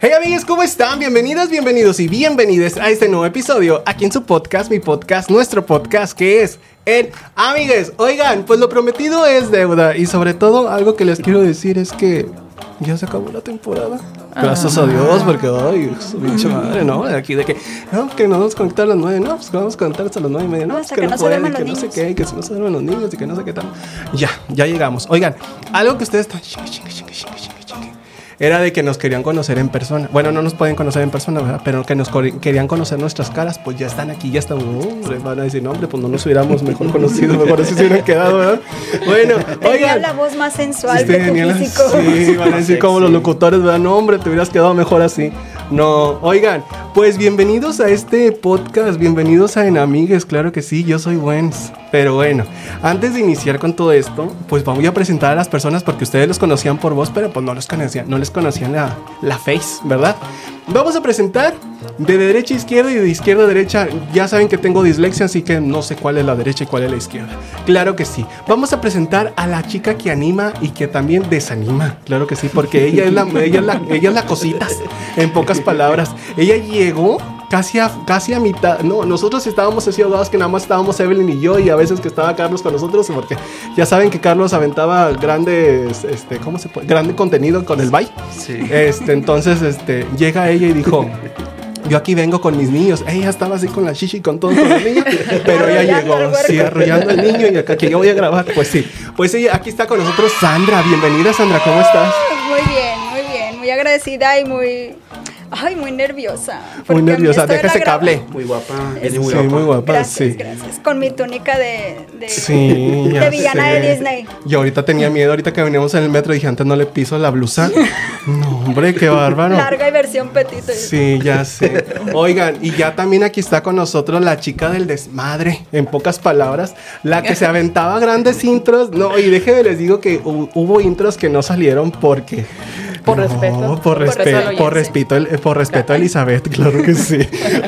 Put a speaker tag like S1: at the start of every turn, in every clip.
S1: Hey amigos, ¿cómo están? Bienvenidas, bienvenidos y bienvenidas a este nuevo episodio aquí en su podcast, mi podcast, nuestro podcast que es el Amigues. Oigan, pues lo prometido es deuda y sobre todo algo que les quiero decir es que ya se acabó la temporada. Gracias a Dios, porque ay, su pinche madre, ¿no? De aquí de que, no, que nos vamos a conectar a las nueve, no, pues que vamos a conectar hasta las nueve y media, no,
S2: No,
S1: pues
S2: hasta
S1: que,
S2: que
S1: no
S2: no se
S1: puede,
S2: duerman
S1: que
S2: los
S1: no sé
S2: niños.
S1: qué, y que se nos duermen los niños y que no sé qué tal. Ya, ya llegamos. Oigan, algo que ustedes están chingue, chingue, chingue, chingue, chingue, chingue, era de que nos querían conocer en persona. Bueno, no nos pueden conocer en persona, ¿verdad? Pero que nos corri- querían conocer nuestras caras, pues ya están aquí, ya están. Hombre, van a decir, no, hombre, pues no nos hubiéramos mejor conocido, mejor así se hubieran quedado, ¿verdad? Bueno,
S2: Tenía
S1: oigan.
S2: la voz más sensual
S1: Sí,
S2: que tu
S1: tenía la-
S2: físico.
S1: sí, van a decir como los locutores, ¿verdad? No, hombre, te hubieras quedado mejor así. No, oigan, pues bienvenidos a este podcast, bienvenidos a Enamigues, claro que sí, yo soy Wens. Pero bueno, antes de iniciar con todo esto, pues voy a presentar a las personas porque ustedes los conocían por voz, pero pues no los conocían, no les conocían la, la face, ¿verdad? Vamos a presentar de derecha a izquierda y de izquierda a derecha. Ya saben que tengo dislexia, así que no sé cuál es la derecha y cuál es la izquierda. Claro que sí. Vamos a presentar a la chica que anima y que también desanima. Claro que sí, porque ella es la, ella es la, ella es la cositas, en pocas palabras. Ella llegó casi a, casi a mitad. No, nosotros estábamos así ahogados que nada más estábamos Evelyn y yo y a veces que estaba Carlos con nosotros porque ya saben que Carlos aventaba grandes, este, ¿cómo se puede? Grande contenido con el bye.
S3: Sí.
S1: Este, entonces, este, llega ella y dijo, yo aquí vengo con mis niños. Ella estaba así con la shishi, con todo, con los niños, pero ella
S2: Arrollando
S1: llegó,
S2: al huerco.
S1: sí, arrollando al niño y acá que yo voy a grabar. Pues sí, pues ella, aquí está con nosotros Sandra. Bienvenida, Sandra, ¿cómo estás?
S2: Muy bien, muy bien. Muy agradecida y muy. Ay, muy nerviosa.
S1: Muy
S2: porque
S1: nerviosa,
S2: esto de
S1: deja
S2: la
S1: ese
S2: gra-
S1: cable.
S3: Muy guapa.
S1: Sí,
S3: Eres muy guapa.
S1: muy guapa,
S2: Gracias,
S1: sí.
S2: gracias. Con mi túnica de. de
S1: Sí,
S2: de
S1: ya
S2: villana
S1: sé.
S2: de Disney.
S1: Yo ahorita tenía miedo, ahorita que veníamos en el metro, dije, antes no le piso la blusa. Ah, No, hombre, qué bárbaro.
S2: Larga y versión petito.
S1: Sí, ya sé. Oigan, y ya también aquí está con nosotros la chica del desmadre, en pocas palabras, la que se aventaba grandes intros. No, y déjenme les digo que hu- hubo intros que no salieron porque.
S4: Por
S1: No,
S4: respeto.
S1: Por
S4: Por
S1: respeto.
S4: respeto,
S1: Por
S4: sí.
S1: respeto, el- por respeto a Elizabeth, claro que sí.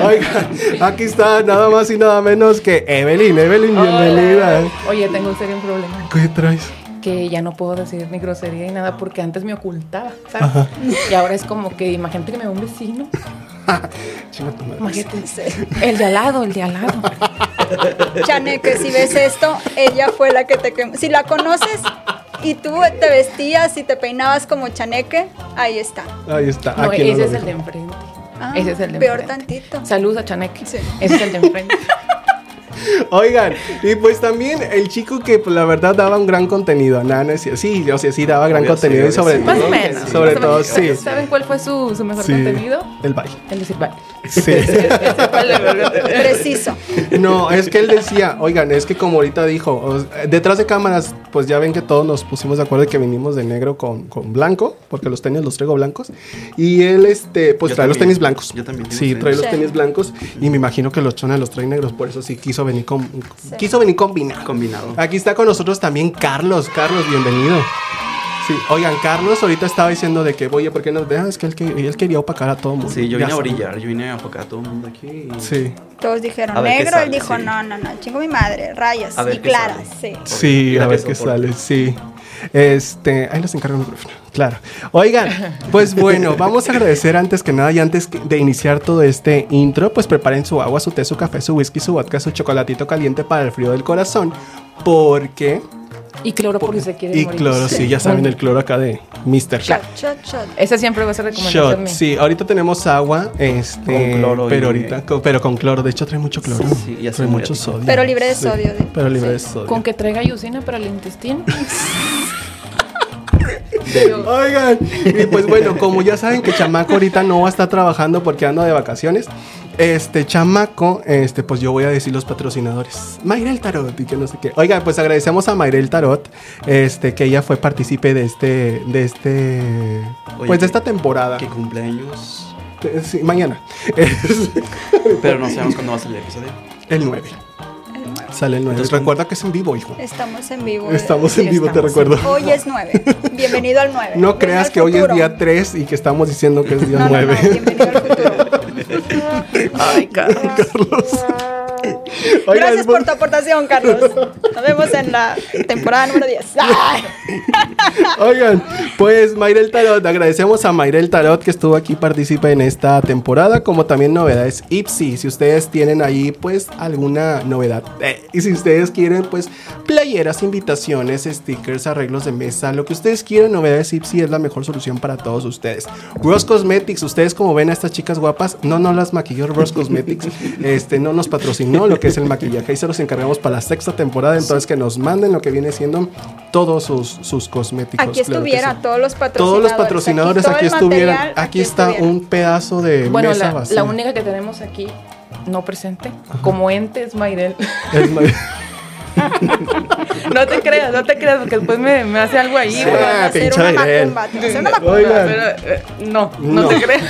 S1: Oigan, aquí está nada más y nada menos que Evelyn. Evelyn, bienvenida.
S4: Hola. Oye, tengo un serio problema.
S1: ¿Qué traes?
S4: Que ya no puedo decir ni grosería ni nada porque antes me ocultaba, ¿sabes?
S1: Ah. Ajá.
S4: Y ahora es como que imagínate que me ve un vecino.
S1: Chinga tu madre.
S4: Imagínate. El de al lado, el de al lado.
S2: Chane, que si ves esto, ella fue la que te quemó. Si la conoces y tú te vestías y te peinabas como chaneque, ahí está.
S1: Ahí está.
S4: No,
S1: aquí Ah, no
S4: ese
S1: lo
S4: es el
S1: dijo.
S4: de enfrente.
S2: Ah,
S4: ese es el de
S2: peor
S4: enfrente.
S2: tantito.
S4: Saludos a Chaneque.
S2: Sí.
S4: Ese es el de enfrente.
S1: Oigan, y pues también el chico que pues, la verdad daba un gran contenido. Nada, no es cierto. sí, o sea, sí daba gran
S3: Obvio,
S1: contenido
S3: sí,
S1: y sobre
S3: obvio,
S1: todo.
S4: Más o
S3: ¿no?
S4: menos.
S3: Sí.
S4: más
S1: Sobre
S4: o menos.
S1: todo, sí.
S4: ¿Saben cuál fue su, su mejor
S1: Sí.
S4: contenido?
S1: El baile.
S4: El decir, vale.
S1: Sí.
S4: Ese fue el de verdad.
S2: Preciso.
S1: No, es que él decía, oigan, es que como ahorita dijo, o sea, detrás de cámaras, pues ya ven que todos nos pusimos de acuerdo de que vinimos de negro con, con blanco, porque los tenis los traigo blancos. Y él, este, pues
S3: Yo
S1: trae los
S3: también.
S1: tenis blancos.
S3: Yo también tengo
S1: Sí, trae
S3: tenis.
S1: los
S2: Sí.
S1: tenis blancos. Y me imagino que los chones los trae negros, por eso sí quiso venir, con, quiso venir combinado.
S3: Combinado.
S1: Aquí está con nosotros también Carlos. Carlos, bienvenido. Sí, oigan, Carlos ahorita estaba diciendo de que, oye, ¿por qué no? Ah, es que él, que- él quería opacar a todo mundo.
S3: Sí, yo
S1: Ya
S3: vine a
S1: saben.
S3: brillar, yo vine a enfocar a todo el mundo aquí. y-
S1: Sí.
S2: Todos dijeron
S3: A ver qué
S2: negro, él
S3: sale,
S2: dijo
S3: sí.
S2: no, no, no, chingo mi madre, rayas
S3: A ver
S2: y
S3: qué
S2: claras,
S3: sale.
S2: sí.
S1: Sí,
S3: Mira
S1: a
S3: que
S1: ver qué
S3: soporte.
S1: sale, sí. Este, ahí les encargo el micrófono, claro. Oigan, pues bueno, vamos a agradecer antes que nada y antes que- de iniciar todo este intro, pues preparen su agua, su té, su café, su whisky, su vodka, su chocolatito caliente para el frío del corazón, porque...
S4: Y cloro porque se quiere
S1: Y
S4: morir.
S1: cloro, sí, ya saben el cloro acá de Mr.
S2: Shot, shot, shot.
S4: Ese siempre va a ser recomendación
S1: Shot,
S4: mía.
S1: sí, ahorita tenemos agua, este,
S3: Con cloro
S1: pero
S3: y-
S1: ahorita, co- pero con cloro, de hecho trae mucho cloro,
S3: Sí, sí, y hace
S1: trae
S3: muy
S1: mucho
S3: rico.
S1: sodio,
S2: Pero libre de
S1: Sí,
S2: sodio, de-
S1: pero libre
S2: sí.
S1: de sodio.
S4: Con que traiga yucina para el intestino.
S1: Oigan, y pues bueno, como ya saben que Chamaco ahorita no va a estar trabajando porque anda de vacaciones, este Chamaco, este, pues yo voy a decir los patrocinadores. Mayrel Tarot y que no sé qué. Oigan, pues agradecemos a Mayrel Tarot, este, que ella fue partícipe de este, de este,
S3: Oye,
S1: pues de
S3: qué-
S1: esta temporada.
S3: Que cumpleaños.
S1: Eh, sí, mañana. Es
S3: Pero no sabemos cuándo va a salir el episodio.
S1: el 9. Sale el 9.
S3: Entonces,
S1: recuerda que es en vivo, hijo.
S2: Estamos en vivo.
S1: Estamos en
S4: Sí,
S1: vivo, te
S4: estamos en
S1: recuerdo.
S2: Hoy es 9. Bienvenido al 9.
S1: No creas que hoy es día 3 y que estamos diciendo que es día
S2: no, no, no,
S1: 9.
S2: bienvenido al futuro.
S4: Ay, cara.
S1: Carlos. Oigan,
S2: Gracias por tu aportación, Carlos. Nos vemos en la temporada número 10. ¡Ah!
S1: Oigan, pues Mayrel Tarot, agradecemos a Mayrel Tarot que estuvo aquí, participa en esta temporada, como también novedades Ipsy. Si ustedes tienen ahí, pues, alguna novedad. eh, y si ustedes quieren, pues, playeras, invitaciones, stickers, arreglos de mesa, lo que ustedes quieran, novedades Ipsy es la mejor solución para todos ustedes. Bros Cosmetics, ustedes como ven a estas chicas guapas, no, no las maquilló Bros Cosmetics, este, no nos patrocinó lo que es el maquillaje, ahí se los encargamos para la sexta temporada, entonces que nos manden lo que viene siendo todos sus, sus cosméticos. claro
S2: Aquí
S1: que
S2: estuviera
S1: sí.
S2: todos los
S1: Todos
S2: patrocinadores.
S1: los patrocinadores aquí,
S2: todo el
S1: estuvieran.
S2: material,
S1: aquí, está
S2: estuviera.
S1: un pedazo de
S4: Bueno,
S1: mesa
S4: la,
S1: vacía.
S4: la única que tenemos aquí no presente como ente es Mayrel.
S1: Es ma-
S4: No te creas, no te creas, porque después me, me hace algo ahí.
S2: Sí,
S1: Ah,
S2: van a hacer
S1: pinche
S2: una
S1: Irene.
S2: macumba, te van a hacer una macumba.
S1: Oigan.
S4: Pero, eh, no, no,
S1: No.
S4: te creas.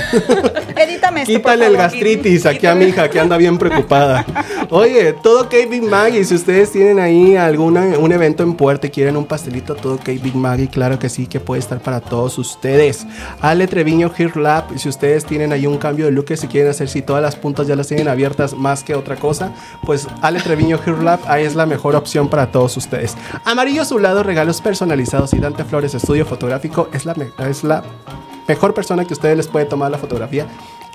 S2: Edítame esto, este, por
S1: Quítale el
S2: favor.
S1: gastritis aquí a mi hija que anda bien preocupada. Oye, todo Cake Big Maggie. Si ustedes tienen ahí alguna, un evento en puerta y quieren un pastelito, todo Cake Big Maggie, claro que sí, que puede estar para todos ustedes. Ale Treviño Hair Lab. Si ustedes tienen ahí un cambio de look, que si quieren hacer, si todas las puntas ya las tienen abiertas más que otra cosa, pues Ale Treviño Hair Lab ahí es la mejor opción para todos ustedes. Amarillo Azulado, regalos personalizados y Dante Flores Estudio Fotográfico es la, me- es la mejor persona que ustedes les puede tomar la fotografía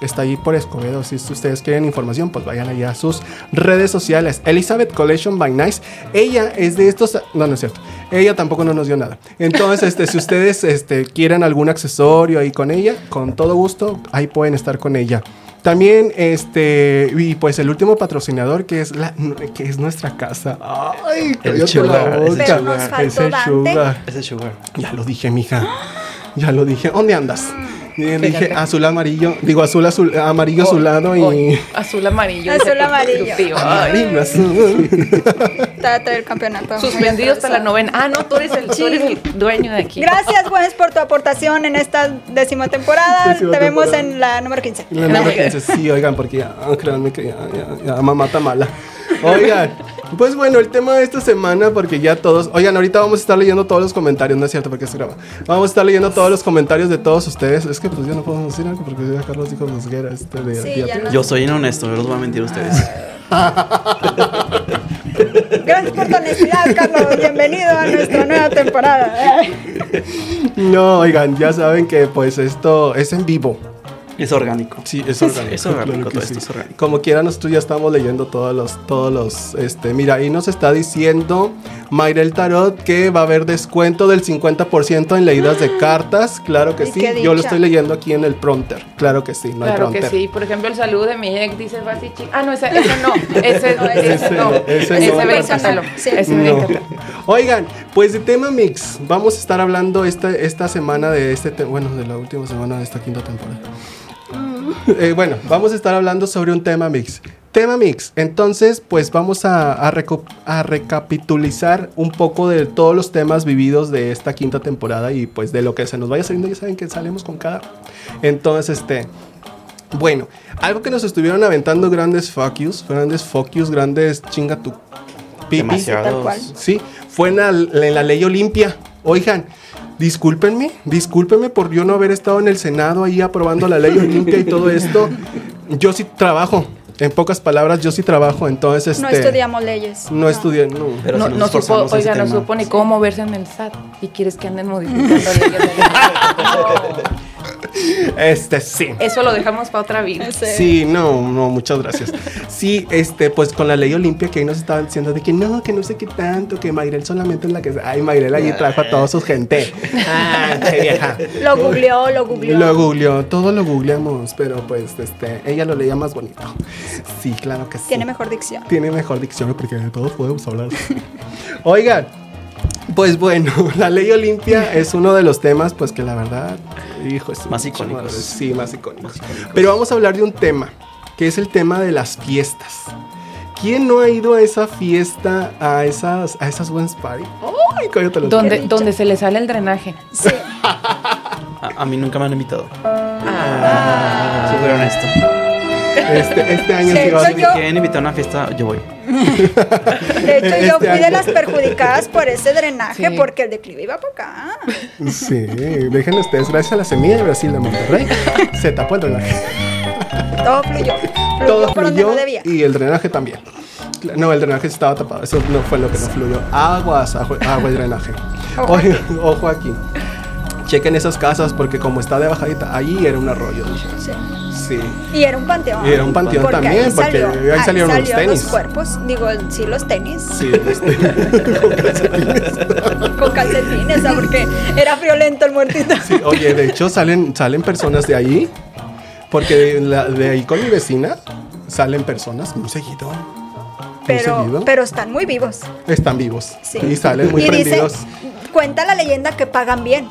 S1: está ahí por Escobedo. Si ustedes quieren información, pues vayan allá a sus redes sociales. Elizabeth Collection by Nice. Ella es de estos. No, no es cierto. Ella tampoco no nos dio nada. Entonces, este, si ustedes este, quieren algún accesorio ahí con ella, con todo gusto, ahí pueden estar con ella. También, este, y pues el último patrocinador que es la que es nuestra casa. Ay, cállate
S3: sugar,
S1: la
S3: es el
S1: boca.
S3: Pero nos
S2: faltó
S1: Es el
S2: Dante.
S1: sugar.
S3: Ese es Sugar.
S1: Ya lo dije, mija. Ya lo dije. ¿Dónde andas? Y le dije
S4: Fíjate.
S1: azul amarillo, digo azul azul
S4: Oh,
S1: amarillo azulado y
S4: Hoy, azul amarillo.
S2: Azul
S4: dice el
S2: amarillo.
S4: Ejecutivo. oh. Ay,
S1: amarillo azul.
S2: Te va a traer el campeonato.
S4: Suspendido hasta la novena. Ah, no, tú eres el, tú eres el dueño de aquí.
S2: Gracias, Juanes, por tu aportación en esta décima temporada.
S1: Décima
S2: Te vemos
S1: temporada.
S2: en la número 15.
S1: La neta que dice, sí, oigan, porque ya, ah, créanme que ya, ya, ya, mamá está mala. Oigan, pues bueno, el tema de esta semana, porque ya todos, oigan, ahorita vamos a estar leyendo todos los comentarios, no es cierto, porque se graba. Vamos a estar leyendo todos los comentarios de todos ustedes. Es que pues yo no puedo decir algo porque ya Carlos dijo Mosguera, este de
S2: Sí,
S1: de-
S2: ya no.
S3: Yo soy inhonesto, yo los voy a mentir a ustedes.
S2: Gracias por tu honestidad, Carlos. Bienvenido a nuestra nueva temporada.
S1: No, oigan, ya saben que pues esto es en vivo.
S3: Es orgánico.
S1: Sí, es orgánico.
S3: Es orgánico,
S1: claro que
S3: todo esto es orgánico.
S1: Como quiera, nosotros ya estamos leyendo todos los, todos los, este, mira, ahí nos está diciendo Mayrel Tarot que va a haber descuento del 50% en leídas de cartas, claro que
S2: Y
S1: sí,
S2: qué
S1: yo lo
S2: dicha.
S1: estoy leyendo aquí en el prompter, claro que sí, no hay
S4: Claro que
S1: prompter.
S4: sí. Por ejemplo, el saludo de mi ex dice Fati Chica. Ah, no, ese, ese no. Ese, no, ese,
S1: Ese-
S4: no.
S1: ese
S4: Ese,
S1: no.
S4: me encanta.
S2: Sí.
S4: Ese me
S1: No.
S4: encanta.
S1: Oigan, pues de tema mix, vamos a estar hablando esta, esta semana de este tema, bueno, de la última semana de esta quinta temporada.
S4: Mm.
S1: Eh, bueno, vamos a estar hablando sobre un tema mix. Tema mix, entonces pues vamos a, a reco- a recapitulizar un poco de todos los temas vividos de esta quinta temporada y pues de lo que se nos vaya saliendo, ya saben que salimos con cada... Entonces, este... Bueno, algo que nos estuvieron aventando grandes fuck yous, grandes fuck yous, grandes chinga tu pipi.
S2: Tal cual.
S3: Demasiados.
S1: Sí, fue en la, en la ley Olimpia. Oigan, discúlpenme, discúlpenme por yo no haber estado en el Senado ahí aprobando la ley Olimpia y todo esto. Yo sí trabajo, en pocas palabras, yo sí trabajo, entonces...
S2: No
S1: este,
S2: estudiamos leyes.
S1: No, estudié, no.
S3: Pero
S4: no,
S3: si nos
S4: no supo,
S3: esforzamos en
S4: oiga,
S3: ese
S4: no
S3: tema.
S4: supo ni cómo moverse en el SAT. Y quieres que anden modificando leyes del SAT. No.
S1: Este, sí.
S4: Eso lo dejamos para otra vida.
S2: Este.
S1: Sí, no, no, muchas gracias. Sí, este, pues con la ley Olimpia que ahí nos estaban diciendo de que no, que no sé qué tanto, que Mayrel solamente es la que... Ay, Mayrel allí trajo a toda su gente. Ay, qué vieja.
S2: Lo googleó, lo googleó.
S1: Lo googleó, todo lo googleamos, pero pues este, ella lo leía más bonito. Sí, claro que sí.
S2: Tiene mejor dicción.
S1: Tiene mejor dicción porque de todos podemos hablar. Oigan, pues bueno, la ley Olimpia es uno de los temas, pues que la verdad, hijo, es
S3: Más icónicos.
S1: Sí, más icónicos.
S3: Más icónicos.
S1: Pero vamos a hablar de un tema, que es el tema de las fiestas. ¿Quién no ha ido a esa fiesta, a esas, a esas Wednesday Party? ¡Ay, cállate los
S4: Donde,
S2: dicho.
S4: donde se le sale el drenaje.
S2: Sí.
S3: A, a mí nunca me han invitado.
S4: Ah. Eh,
S3: Súper honesto.
S1: Este, este año
S2: Sí,
S1: sí va a ser-
S2: soy
S3: Si
S2: Yo-
S3: me quieren invitar a una fiesta, yo voy.
S2: De hecho, yo
S1: Este
S2: fui de
S1: año.
S2: las perjudicadas por ese drenaje
S4: Sí.
S2: porque el declive iba para acá.
S1: Sí, dejen ustedes, gracias a la semilla de Brasil de Monterrey, se tapó el drenaje.
S2: Todo fluyó. Fluyó
S1: Todo
S2: por donde
S1: fluyó
S2: no debía.
S1: y el drenaje también. Cla- No, el drenaje estaba tapado. Eso no fue lo que no fluyó. Aguas, ajo- agua y drenaje.
S2: Ojo
S1: Oye, ojo aquí. Chequen esas casas porque como está de bajadita, ahí era un arroyo. dije.
S2: Sí.
S1: Sí.
S2: Y era un panteón.
S1: Y era un panteón también, porque ahí salieron los tenis.
S2: los cuerpos, digo, sí, los tenis.
S1: Sí, este, con calcetines.
S2: Con calcetines, o sea, porque era friolento el muertito.
S1: Sí, oye, de hecho salen, salen personas de ahí, porque de, la- de ahí con mi vecina salen personas muy seguido. muy
S2: pero,
S1: seguido.
S2: pero están muy vivos.
S1: están vivos
S2: Sí.
S1: y salen muy
S2: Y dice-
S1: prendidos.
S2: cuenta la leyenda que pagan bien.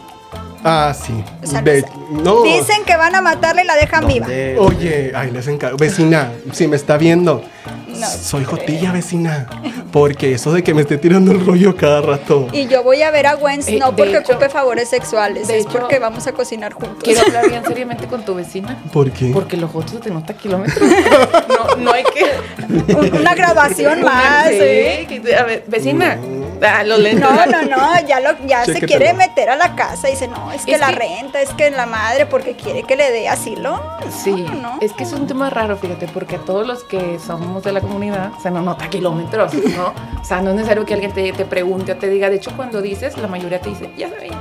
S1: Ah, sí.
S2: O sea,
S1: De- no.
S2: Dicen que van a matarla y la dejan viva.
S3: ¿Dónde?
S1: Oye, ay, les encargo. Vecina, si me está viendo,
S2: No
S1: soy jotilla, vecina. Porque eso de que me esté tirando el rollo cada rato.
S2: Y yo voy a ver a Wenz
S4: Eh,
S2: no
S4: de
S2: porque
S4: hecho-
S2: ocupe favores sexuales,
S4: de
S2: es
S4: hecho-
S2: porque vamos a cocinar juntos.
S4: Quiero hablar bien seriamente con tu vecina.
S1: ¿Por qué?
S4: Porque los otros se te nota kilómetros. No, no hay que.
S2: Un- una grabación más. ¿eh?
S4: Sí, que- A ver, vecina. Ah, los lentes.
S2: No, no, no, ya, lo, ya se
S1: Chéquetelo.
S2: quiere meter a la casa y dice, no, es que
S4: Es
S2: la
S4: que-
S2: renta, es que la madre, porque quiere que le dé asilo.
S4: Sí,
S2: No, no.
S4: es que es un tema raro, fíjate, porque a todos los que somos de la comunidad se nos nota kilómetros, ¿no? O sea, no es necesario que alguien te, te pregunte o te diga. De hecho, cuando dices, la mayoría te dice, ya sabía.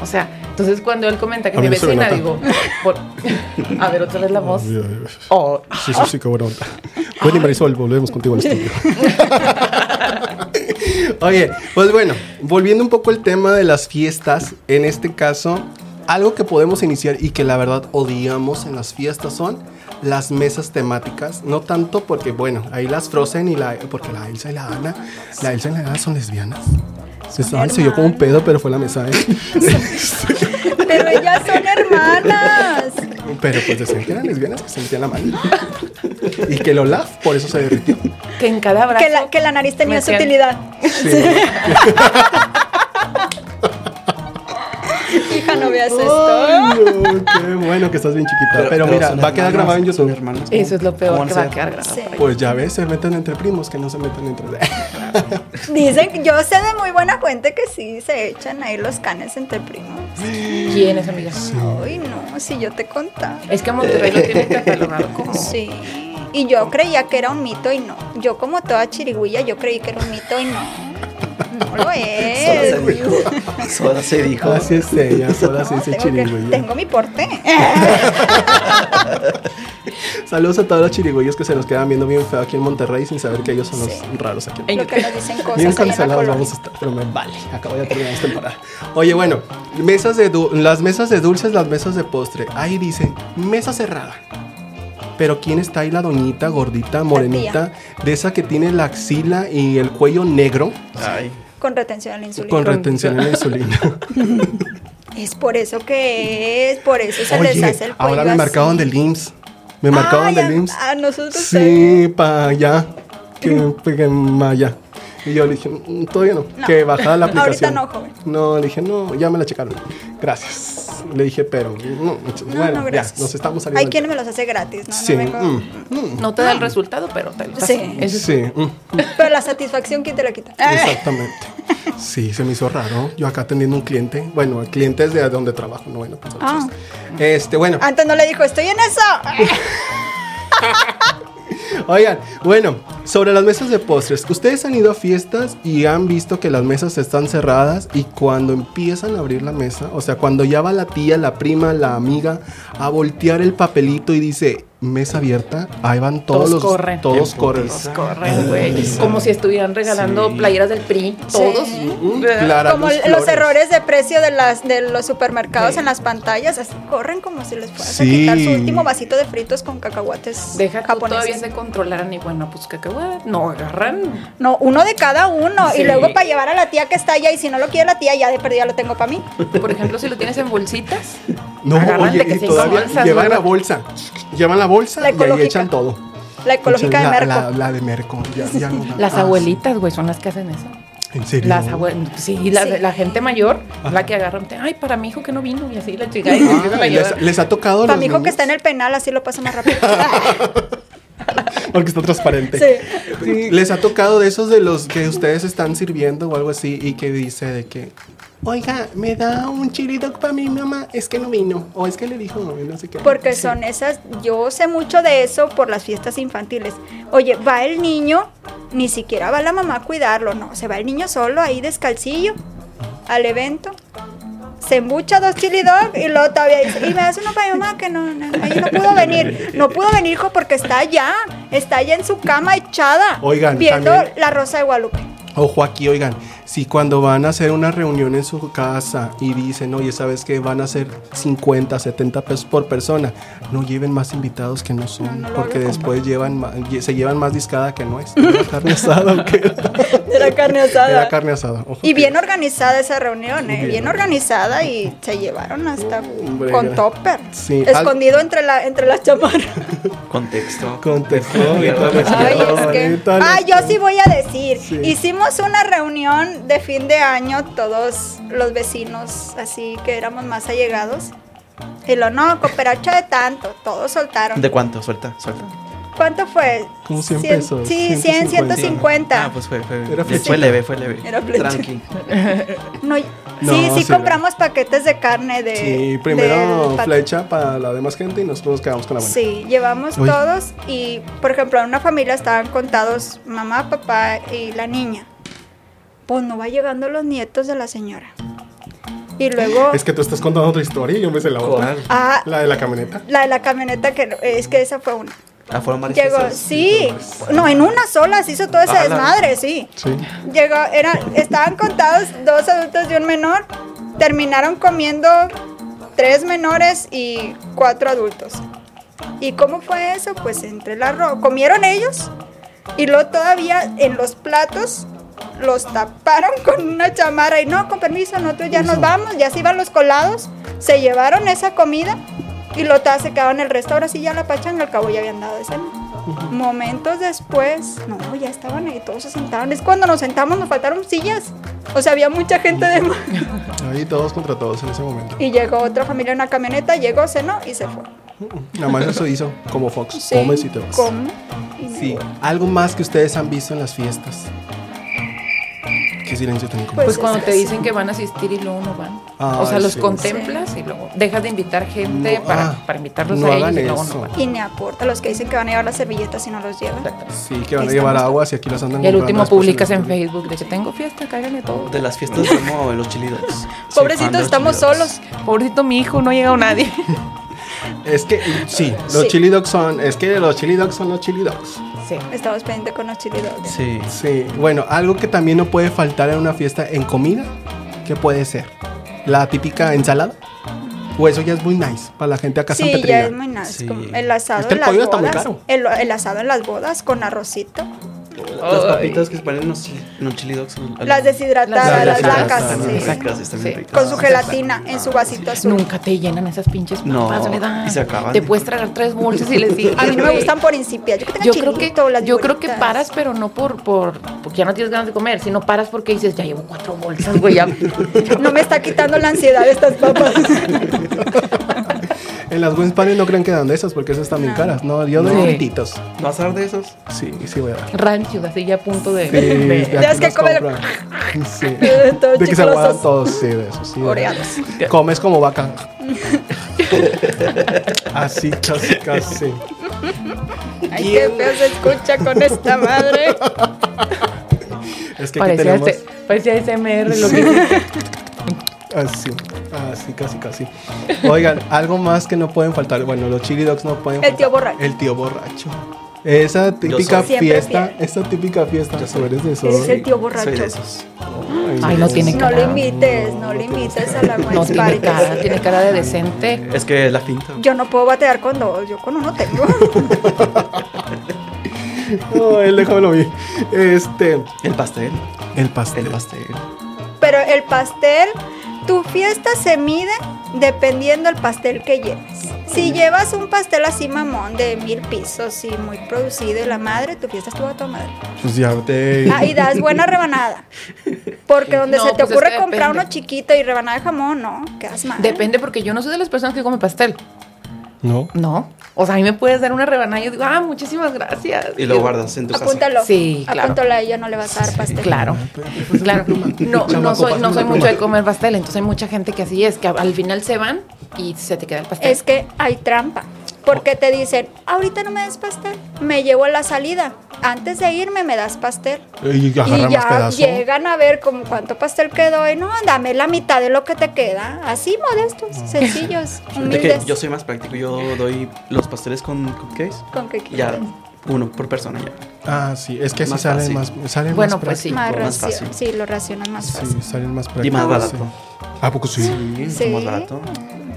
S4: O sea, entonces cuando él comenta que
S1: A
S4: mi
S1: mí no se me
S4: vecina,
S1: nota.
S4: digo, por- a ver, otra vez la voz. Oh,
S1: Sí, sí, sí, qué buena onda. Bueno, y Marisol, volvemos contigo al estudio. Oye, pues bueno, volviendo un poco al tema de las fiestas, en este caso, algo que podemos iniciar y que la verdad odiamos en las fiestas son las mesas temáticas. No tanto porque, bueno, ahí las Frozen y la. Porque la Elsa y la Ana. La Elsa y la Ana son lesbianas. Se
S2: Son
S1: se yo como un pedo, pero fue la mesa, ¿eh?
S2: Pero ellas son hermanas.
S1: Pero pues decían que eran lesbianas, que se metían la mano. Y que el Olaf por eso se derritió.
S4: que en cada brazo.
S2: Que la, que la nariz tenía
S4: Me
S2: su
S4: hacían-
S2: utilidad.
S1: Sí.
S2: Hija, no veas esto.
S1: Ay, no, qué bueno que estás bien chiquita. Pero, mira,
S3: son
S1: va a quedar
S3: hermanas,
S1: grabado en
S3: son
S1: YouTube.
S3: hermanas, ¿no?
S4: Eso es lo
S3: ¿Cómo
S4: peor que va a
S3: ser?
S4: quedar grabado.
S2: Sí.
S1: Pues ya ves, se meten entre primos, que no se meten entre.
S2: Dicen, que- yo sé de muy buena fuente que sí se echan ahí los canes entre primos.
S4: ¿Quién es, amiga?
S2: Ay, no, si yo te contaba.
S4: Es que Monterrey lo tiene catalogado como.
S2: Sí. Y yo creía que era un mito y no. Yo como toda chirigüilla, yo creí que era un mito y no. No lo
S3: Solo
S2: es.
S3: se dijo. Solo se dijo.
S1: Así es ella, sola se
S2: No,
S1: dice
S2: tengo, que-
S1: chirigüeya.
S2: tengo mi porte.
S1: Saludos a todos los chirigüeyos que se nos quedan viendo bien feo aquí en Monterrey sin saber que ellos son los
S2: Sí.
S1: raros aquí.
S2: Lo Pues que nos dicen cosas.
S1: Bien
S2: ahí en la
S1: cancelados
S2: colonia.
S1: vamos a estar, pero me vale. Acabo de terminar esta temporada. Oye, bueno, mesas de du- las mesas de dulces, las mesas de postre. Ahí dice mesa cerrada. Pero ¿quién está ahí la doñita gordita, morenita, de esa que tiene la axila y el cuello negro
S3: Ay.
S2: Con retención a la insulina.
S1: con retención en la insulina?
S2: Es por eso que es, por eso se les
S1: Oye,
S2: hace el cuello
S1: ahora me
S2: así.
S1: marcaban del IMSS. Me
S2: Ay,
S1: marcaban del
S2: a-
S1: IMSS.
S2: Ah, A nosotros también.
S1: Sí, para allá. Que, que maya. Y yo le dije, "Mm, todavía no,
S2: No.
S1: que bajara la
S2: Ahorita
S1: aplicación.
S2: no, joven.
S1: No, le dije, no, ya me la checaron. Gracias. Le dije, pero no, mucho-
S2: No,
S1: bueno,
S2: no,
S1: ya,
S2: gracias.
S1: nos estamos saliendo.
S2: Hay
S1: del
S2: quienes
S1: tema.
S2: me los hace gratis, ¿no? No
S1: Sí,
S2: vengo-
S1: mm,
S4: No te da el resultado, pero te lo das.
S2: Sí.
S4: Eso es-
S1: sí, mm,
S2: Pero la satisfacción, ¿quién te la quita?
S1: exactamente. Sí, se me hizo raro. Yo acá atendiendo un cliente, bueno, el cliente es de donde trabajo, no bueno, pues,
S2: Ah.
S1: Este, bueno,
S2: Antes no le dijo, estoy en eso.
S1: Oigan, bueno, sobre las mesas de postres, ustedes han ido a fiestas y han visto que las mesas están cerradas y cuando empiezan a abrir la mesa, o sea, cuando ya va la tía, la prima, la amiga a voltear el papelito y dice mesa abierta, ahí van todos,
S4: Todos
S1: los
S4: corren.
S1: todos corren.
S4: Todos corren, güey. Como si estuvieran regalando
S3: Sí.
S4: playeras del PRI. Todos.
S1: Mm,
S4: ¿Verdad?
S1: Clara
S2: Como
S1: Luz
S2: los
S1: Flores.
S2: errores de precio de, las, de los supermercados
S4: Sí.
S2: en las pantallas, así corren como si les fueras
S1: Sí.
S2: a quitar su último vasito de fritos con cacahuates
S4: Deja tú, todavía
S2: japoneses.
S4: se controlaran y bueno, pues que qué guay. No agarran.
S2: No, uno de cada uno. Y
S4: Sí.
S2: luego para llevar a la tía que está allá, y si no lo quiere la tía, ya de perdida lo tengo para mí.
S4: Por ejemplo, si lo tienes en bolsitas.
S1: No,
S4: Agarran de
S1: oye,
S4: que
S1: y
S4: sí,
S1: todavía
S4: bolsas
S1: llevan la
S4: nuevas.
S1: bolsa. Llevan la bolsa y
S2: La
S1: ahí
S2: ecológica.
S1: echan todo.
S2: La ecológica
S1: Echan la,
S2: de Merco.
S1: La, la de Merco. ya- ya no da-
S4: Las
S1: ah, sí.
S4: abuelitas, güey, son las que hacen eso.
S1: ¿En serio?
S4: Las abuelas. Sí, la,
S2: Sí.
S4: la gente mayor,
S1: Ajá.
S4: la que agarran. Ay, para mi hijo que no vino. Y así la chica. Y se
S1: Ah,
S4: empiezan a
S1: les,
S4: llevar.
S1: les ha tocado
S2: Para
S1: los
S2: mi hijo que
S1: niños?
S2: está en el penal, así lo pasa más rápido.
S1: Porque está transparente.
S2: Sí.
S1: Sí, Les ha tocado de esos de los que ustedes están sirviendo o algo así y que dice de que, oiga, me da un chili dog para mi mamá, es que no vino, o es que le dijo, no sé qué.
S2: Porque
S1: Sí.
S2: son esas, yo sé mucho de eso por las fiestas infantiles. Oye, va el niño Ni siquiera va la mamá a cuidarlo, no. Se va el niño solo ahí descalcillo al evento. Se embucha dos chili dog y luego todavía dice, y me hace uno para mi mamá que no, no, no, yo no pudo venir. No pudo venir, hijo, porque está allá. Está allá en su cama echada.
S1: Oigan,
S2: viendo
S1: también-
S2: la Rosa de Guadalupe.
S1: Ojo aquí, oigan, si cuando van a hacer una reunión en su casa y dicen, oye, ¿sabes qué? Van a ser 50, 70 pesos por persona, no lleven más invitados que no son,
S2: no lo
S1: porque
S2: hagan con
S1: después llevan ma- lle- se llevan más discada que no es. Era carne asada, ¿o qué era?
S2: De la carne asada.
S1: Era carne asada. ojo
S2: Y
S1: que-
S2: bien organizada esa reunión, ¿eh?
S1: Bien.
S2: bien organizada y se llevaron hasta
S1: Hombre,
S2: con
S1: ya.
S2: topper,
S1: Sí, al-
S2: escondido entre la entre las chamarras.
S3: Contexto.
S1: Con teflón y todo eso.
S2: Ay, es que,
S1: Ahorita
S2: ah,
S1: les-
S2: yo sí voy a decir,
S1: Sí.
S2: hicimos una reunión de fin de año todos los vecinos, así que éramos más allegados. Y lo no, cooperacha de tanto, todos soltaron.
S3: ¿De cuánto? Suelta, suelta.
S2: ¿Cuánto fue?
S1: Como 100
S2: Cien-
S1: pesos,
S2: Sí, 100,
S1: 150.
S2: 150.
S3: Ah, pues fue, fue,
S1: Era flechita.
S3: fue leve, fue leve.
S2: Era flecha.
S3: Tranqui.
S2: No,
S1: No,
S2: sí, sí,
S1: sí,
S2: compramos paquetes de carne de.
S1: Sí,
S2: del
S1: primero
S2: pat-
S1: flecha para la demás gente y nosotros nos quedamos con la buena.
S2: Sí, llevamos
S1: Oye.
S2: todos y, por ejemplo, en una familia estaban contados mamá, papá y la niña. Pues no va llegando los nietos de la señora. Y luego,
S1: Es que tú estás contando otra historia y yo me sé la otra.
S3: ¿Cuál?
S2: ah, la...
S1: La de la camioneta.
S2: de la camioneta que es que esa fue una.
S3: Ah, fueron varias
S2: Llegó,
S3: cosas.
S2: sí, no, en una sola se hizo todo ese
S3: Ala.
S2: desmadre, sí.
S1: Sí.
S2: Llegó, era, estaban contados dos adultos y un menor. Terminaron comiendo tres menores y cuatro adultos. ¿Y cómo fue eso? Pues entre el arroz. Comieron ellos y luego todavía en los platos los taparon con una chamarra y no, con permiso, nosotros ya nos vamos, ya se iban los colados, se llevaron esa comida y lo ta- se quedaron el resto, ahora sí ya la pachan, al cabo ya habían dado de cena. Momentos después, no, ya estaban ahí, todos se sentaron, es cuando nos sentamos nos faltaron sillas, o sea, había mucha gente de más. Ah.
S1: Ahí todos contra todos en ese momento.
S2: Y llegó otra familia en una camioneta, llegó, cenó y se fue.
S1: Nada más eso hizo, como Fox.
S2: Sí,
S1: Comes y te vas.
S2: come y me
S1: Sí.
S2: voy.
S1: Algo más que ustedes han visto en las fiestas. Qué silencio tan incómodo.
S4: Pues
S2: Pues
S4: cuando
S2: es
S4: te
S2: eso.
S4: dicen que van a asistir y luego no van.
S1: Ay,
S4: o sea, los
S1: Ah, sí.
S4: contemplas y luego dejas de invitar gente
S1: No,
S4: eh, para,
S1: ah,
S4: para invitarlos
S1: no
S4: a ellos
S1: hagan
S4: y luego
S1: eso.
S4: no van.
S2: Y ni aporta los que dicen que van a llevar las servilletas y no los llevan.
S1: Sí, que van a llevar
S2: Estamos-
S1: aguas y aquí las andan
S4: Y el
S1: comprando
S4: último
S1: después
S4: publicas
S1: el
S4: en
S1: hotel.
S4: Facebook de que tengo fiesta, cáiganle todo.
S3: De las fiestas como los chilidos.
S2: Pobrecitos, estamos solos.
S4: Pobrecito mi hijo, no ha llegado nadie.
S1: Es que, sí, los
S2: Sí.
S1: chili dogs son. Es que los chili dogs son los chili dogs.
S4: sí.
S2: Estamos pendientes con los chili dogs.
S3: Sí.
S1: Sí, bueno, algo que también no puede faltar en una fiesta en comida, ¿qué puede ser? ¿La típica ensalada? O eso ya es muy nice para la gente acá
S2: Sí,
S1: sanpetrina.
S2: ya es muy nice.
S3: Sí.
S2: como El asado
S1: Es que el
S2: en las
S1: Este pollo está muy
S2: bodas.
S1: caro.
S2: El, el asado en las bodas con arrocito.
S3: Las papitas que se ponen en los, chi- en los chilidogs.
S2: Las deshidratadas,
S4: Las
S2: las
S4: deshidratadas,
S2: blancas.
S4: sí.
S2: sí.
S3: Blancas, están bien
S4: Sí.
S3: ricas.
S2: Con su gelatina en su vasito azul.
S4: Nunca te llenan esas pinches
S3: No,
S4: papas, ¿verdad?
S3: y se acaban.
S4: Te puedes tragar tres bolsas y les digo.
S2: A mí no me gustan por incipias. Yo, que tenga
S4: Yo creo que,
S2: chilito, las
S4: yo creo que
S2: figuritas.
S4: paras, pero no por, por porque ya no tienes ganas de comer, sino paras porque dices, ya llevo cuatro bolsas, güey. ya".
S2: No me está quitando la ansiedad estas papas.
S1: En las Wings Party no crean que dan de esas porque esas están bien
S2: No.
S1: caras. No, yo doy
S4: No.
S1: frititos.
S3: ¿No vas a dar Ah. de esos?
S1: Sí, sí voy a dar.
S4: Ranchos, así ya a punto de.
S1: Sí,
S4: de-
S1: de
S2: Ya es
S1: aquí
S2: que
S1: los
S2: comen-
S1: compran. Sí.
S2: Todos
S1: De que se aguadan
S2: chiclosos.
S1: todos, sí, de eso, sí. de-
S2: Oreados.
S1: Comes como vaca. Así, casi, casi.
S2: Ay, qué feo se escucha con esta madre.
S1: Es que aquí
S4: parecía,
S1: tenemos.
S4: este, parecía SMR lo que hiciste.
S1: Así, así, Ah, casi, casi. Oigan, algo más que no pueden faltar. Bueno, los chili dogs no pueden
S2: El
S1: faltar.
S2: tío borracho.
S1: El tío borracho. Esa típica
S3: soy.
S2: Siempre
S1: fiesta,
S2: fiel.
S1: esa típica fiesta. Tú eres de esos.
S2: Es el tío borracho.
S3: Soy de esos.
S4: Ay, no tiene
S2: No
S4: cara.
S2: le invites, no le invites a la
S4: No
S2: Wings
S4: tiene
S2: Party.
S4: cara, tiene cara de decente.
S3: Es que es la finta.
S2: Yo no puedo batear con dos, yo con uno tengo.
S1: No, él déjamelo bien. Este,
S3: El pastel.
S1: el pastel.
S3: El pastel.
S2: Pero el pastel, tu fiesta se mide dependiendo del pastel que lleves. Si llevas un pastel así mamón de mil pisos y muy producido y la madre, tu fiesta estuvo a tu madre.
S1: Pues ya te.
S2: Ah, y das buena rebanada. Porque donde
S4: No,
S2: se te
S4: pues es
S2: ocurre
S4: que
S2: comprar
S4: depende.
S2: uno chiquito y rebanada de jamón, no, quedas mal.
S4: Depende, porque yo no soy de las personas que comen pastel.
S1: No.
S4: No. O sea, a mí me puedes dar una rebanada y yo digo, ah, muchísimas gracias.
S3: Y lo guardas en tu casa.
S2: Apúntalo.
S4: Sí, claro.
S2: Apúntalo a ella, no le vas a dar pastel.
S4: Claro,
S1: pues,
S4: claro. No, no soy, no soy mucho de comer pastel, entonces hay mucha gente que así es, que al final se van y se te queda el pastel.
S2: Es que hay trampa. Porque te dicen, ahorita no me des pastel, me llevo a la salida. antes de irme me das pastel.
S1: Y agarra
S2: y
S1: más
S2: ya
S1: pedazo.
S2: llegan a ver como cuánto pastel quedó y no, dame la mitad de lo que te queda. Así modestos,
S4: Mm.
S2: sencillos,
S3: De que
S2: humildes.
S3: yo soy más práctico, yo doy los pasteles con cupcakes.
S2: Con que
S3: y Ya, uno por persona ya.
S1: Ah, sí, es que sí
S3: Más
S1: salen
S3: fácil.
S1: más, salen
S4: Bueno,
S1: más
S4: pues sí.
S2: más
S3: Lo más
S2: racio-
S3: fácil.
S2: Sí, lo racionan más
S1: prácticos.
S2: fácil.
S1: Sí, salen más
S3: Y más
S1: prácticos,
S3: barato.
S1: sí. Ah, ¿A poco sí?
S3: Sí,
S2: Sí. Ah,
S3: más barato.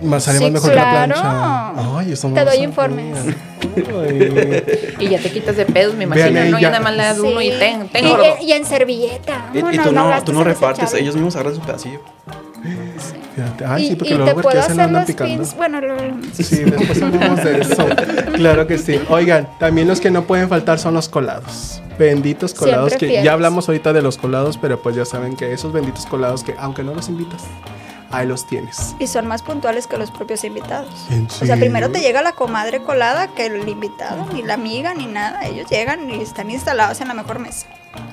S1: Más sale
S2: Sí,
S1: más mejor
S2: claro.
S1: que la plancha. Ay, eso no
S2: Te
S1: lo
S2: doy
S1: sabía.
S2: informes.
S1: Ay.
S4: Y ya te quitas de pedos, me
S1: Vean
S4: imagino,
S1: ahí
S4: ¿no?
S1: ya.
S4: Ya nada más le das
S2: Sí.
S4: uno y ten, ten,
S2: Y-
S4: gordo.
S2: y, y en servilleta.
S3: Y, y
S2: vámonos,
S3: tú no, tú no
S2: gastas en
S3: repartes,
S2: desechable.
S3: ellos mismos agarran su pedacillo.
S1: Fíjate. Ay,
S2: y,
S1: sí, porque
S2: y te
S1: luego porque
S2: puedo
S1: hacen
S2: hacer
S1: andan
S2: los
S1: picando.
S2: pins. Bueno, lo- lo-
S1: Sí, después hablamos de eso. Claro que sí. Oigan, también los que no pueden faltar son los colados. Benditos colados
S2: Siempre
S1: que
S2: fieles.
S1: ya hablamos ahorita de los colados, pero pues ya saben que esos benditos colados que aunque no los invitas, ahí los tienes.
S2: y son más puntuales que los propios invitados.
S1: ¿En
S2: O sea,
S1: serio?
S2: primero te llega la comadre colada que el invitado, ni la amiga, ni nada. Ellos llegan y están instalados en la mejor mesa.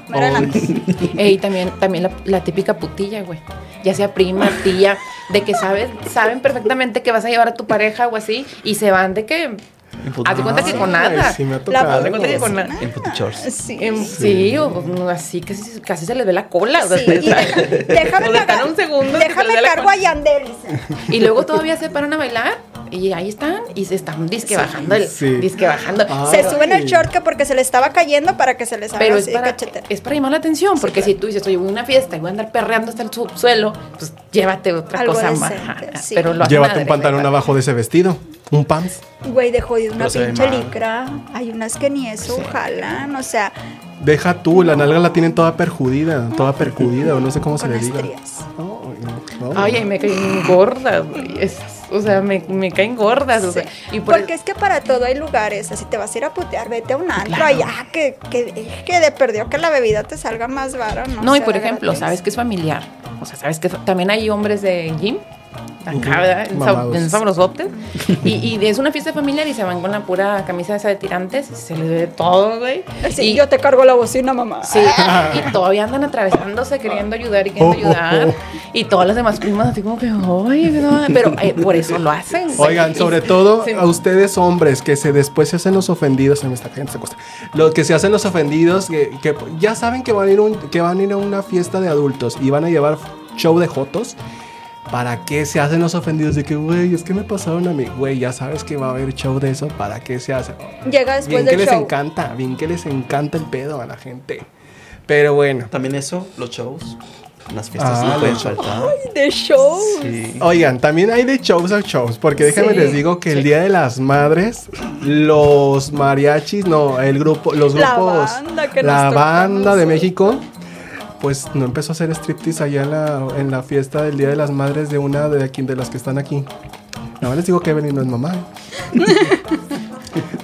S2: Mero adelante.
S4: Ey, también, también la, la típica putilla, güey. Ya sea prima, tía, de que sabes, saben perfectamente que vas a llevar a tu pareja o así, y se van de que. Haz de cuenta que
S1: Ay,
S4: con nada.
S1: Pues, sí, me ha
S4: La-
S1: tocado.
S4: haz de cuenta que con
S2: Sí.
S4: nada.
S3: En puti shorts.
S2: Sí.
S4: Em, Sí, o no, así casi, casi se les ve la cola. o sea,
S2: Sí, y deja- déjame
S4: Nos dejaron
S2: cagar-
S4: un segundo, que
S2: déjame
S4: les dé la
S2: cargo
S4: cola.
S2: a Yandel. dice.
S4: Y luego todavía se paran a bailar y ahí están y se están disque bajando el
S1: sí.
S4: disque bajando.
S1: Ah.
S2: Se
S1: Ay.
S2: suben el short que porque se le estaba cayendo para que se les haga
S4: Pero es
S2: así de
S4: para,
S2: cachetera.
S4: es para llamar la atención, porque si tú dices, oye, voy a una fiesta y voy a andar perreando hasta el subsuelo, pues llévate otra
S2: Algo
S4: cosa más.
S2: decente, sí.
S4: Pero lo hacen
S1: Llévate
S4: adrede,
S1: un pantalón
S4: ¿verdad?
S1: abajo de ese vestido, un pants.
S2: Güey, dejó de una
S3: Pero se ve
S2: pinche
S3: mal.
S2: licra. Hay unas que ni eso
S4: Sí.
S2: jalan, o sea,
S1: Deja tú, la nalga la tienen toda perjudida, toda perjudida o no sé cómo se
S2: con
S1: le diga.
S2: estrías.
S1: Ay, no, no.
S4: Ay, ay, me caen gordas, güey. Es- O sea, me, me caen gordas. O sea, y por
S2: Porque es que para todo hay lugares. Así te vas a ir a putear, vete a un antro
S4: Claro.
S2: allá, que, que, que de perdió que la bebida te salga más vara, ¿no?
S4: No, y
S2: sea
S4: por ejemplo,
S2: gratis.
S4: sabes que es familiar. O sea, sabes que fa- también hay hombres de gym.
S1: Ujú,
S4: Acá, ¿verdad? En, sab-
S1: mamados.
S4: en sabrosotes. Y, y es una fiesta familiar y se van con la pura camisa esa de tirantes. y se les ve todo, güey.
S2: Así,
S4: y,
S2: yo te cargo la bocina, mamá.
S4: sí, y todavía andan atravesándose queriendo ayudar y queriendo
S1: Oh, oh,
S4: ayudar.
S1: oh.
S4: Y todas las demás primas así como que, oye, no", pero eh, por eso lo hacen. güey.
S1: Oigan,
S4: Y-
S1: sobre todo
S4: sí.
S1: a ustedes hombres que se después se hacen los ofendidos, se me está cayendo esa cosa. Los que se hacen los ofendidos que, que ya saben que van a ir un- que van a ir a una fiesta de adultos y van a llevar show de jotos. ¿Para qué se hacen los ofendidos de que, güey, es que me pasaron a mí? Güey, ya sabes que va a haber show de eso, ¿para qué se hace?
S2: Llega después
S1: bien que
S2: del
S1: les
S2: show.
S1: encanta, bien que les encanta el pedo a la gente. Pero bueno,
S3: También eso, los shows. Las fiestas
S1: Ah,
S3: no pueden
S1: los Oh,
S3: faltar.
S2: De show.
S3: Sí.
S1: Oigan, también hay de shows a shows, porque déjenme
S4: Sí.
S1: les digo que el Día de las Madres, los mariachis, no, el grupo, los
S2: La
S1: grupos,
S2: banda que
S1: la
S2: nos tocó a
S1: banda de
S2: nosotros.
S1: México, pues no empezó a hacer striptease allá en la, en la fiesta del Día de las Madres de una de aquí, de las que están aquí. No, les digo que Evelyn no es mamá.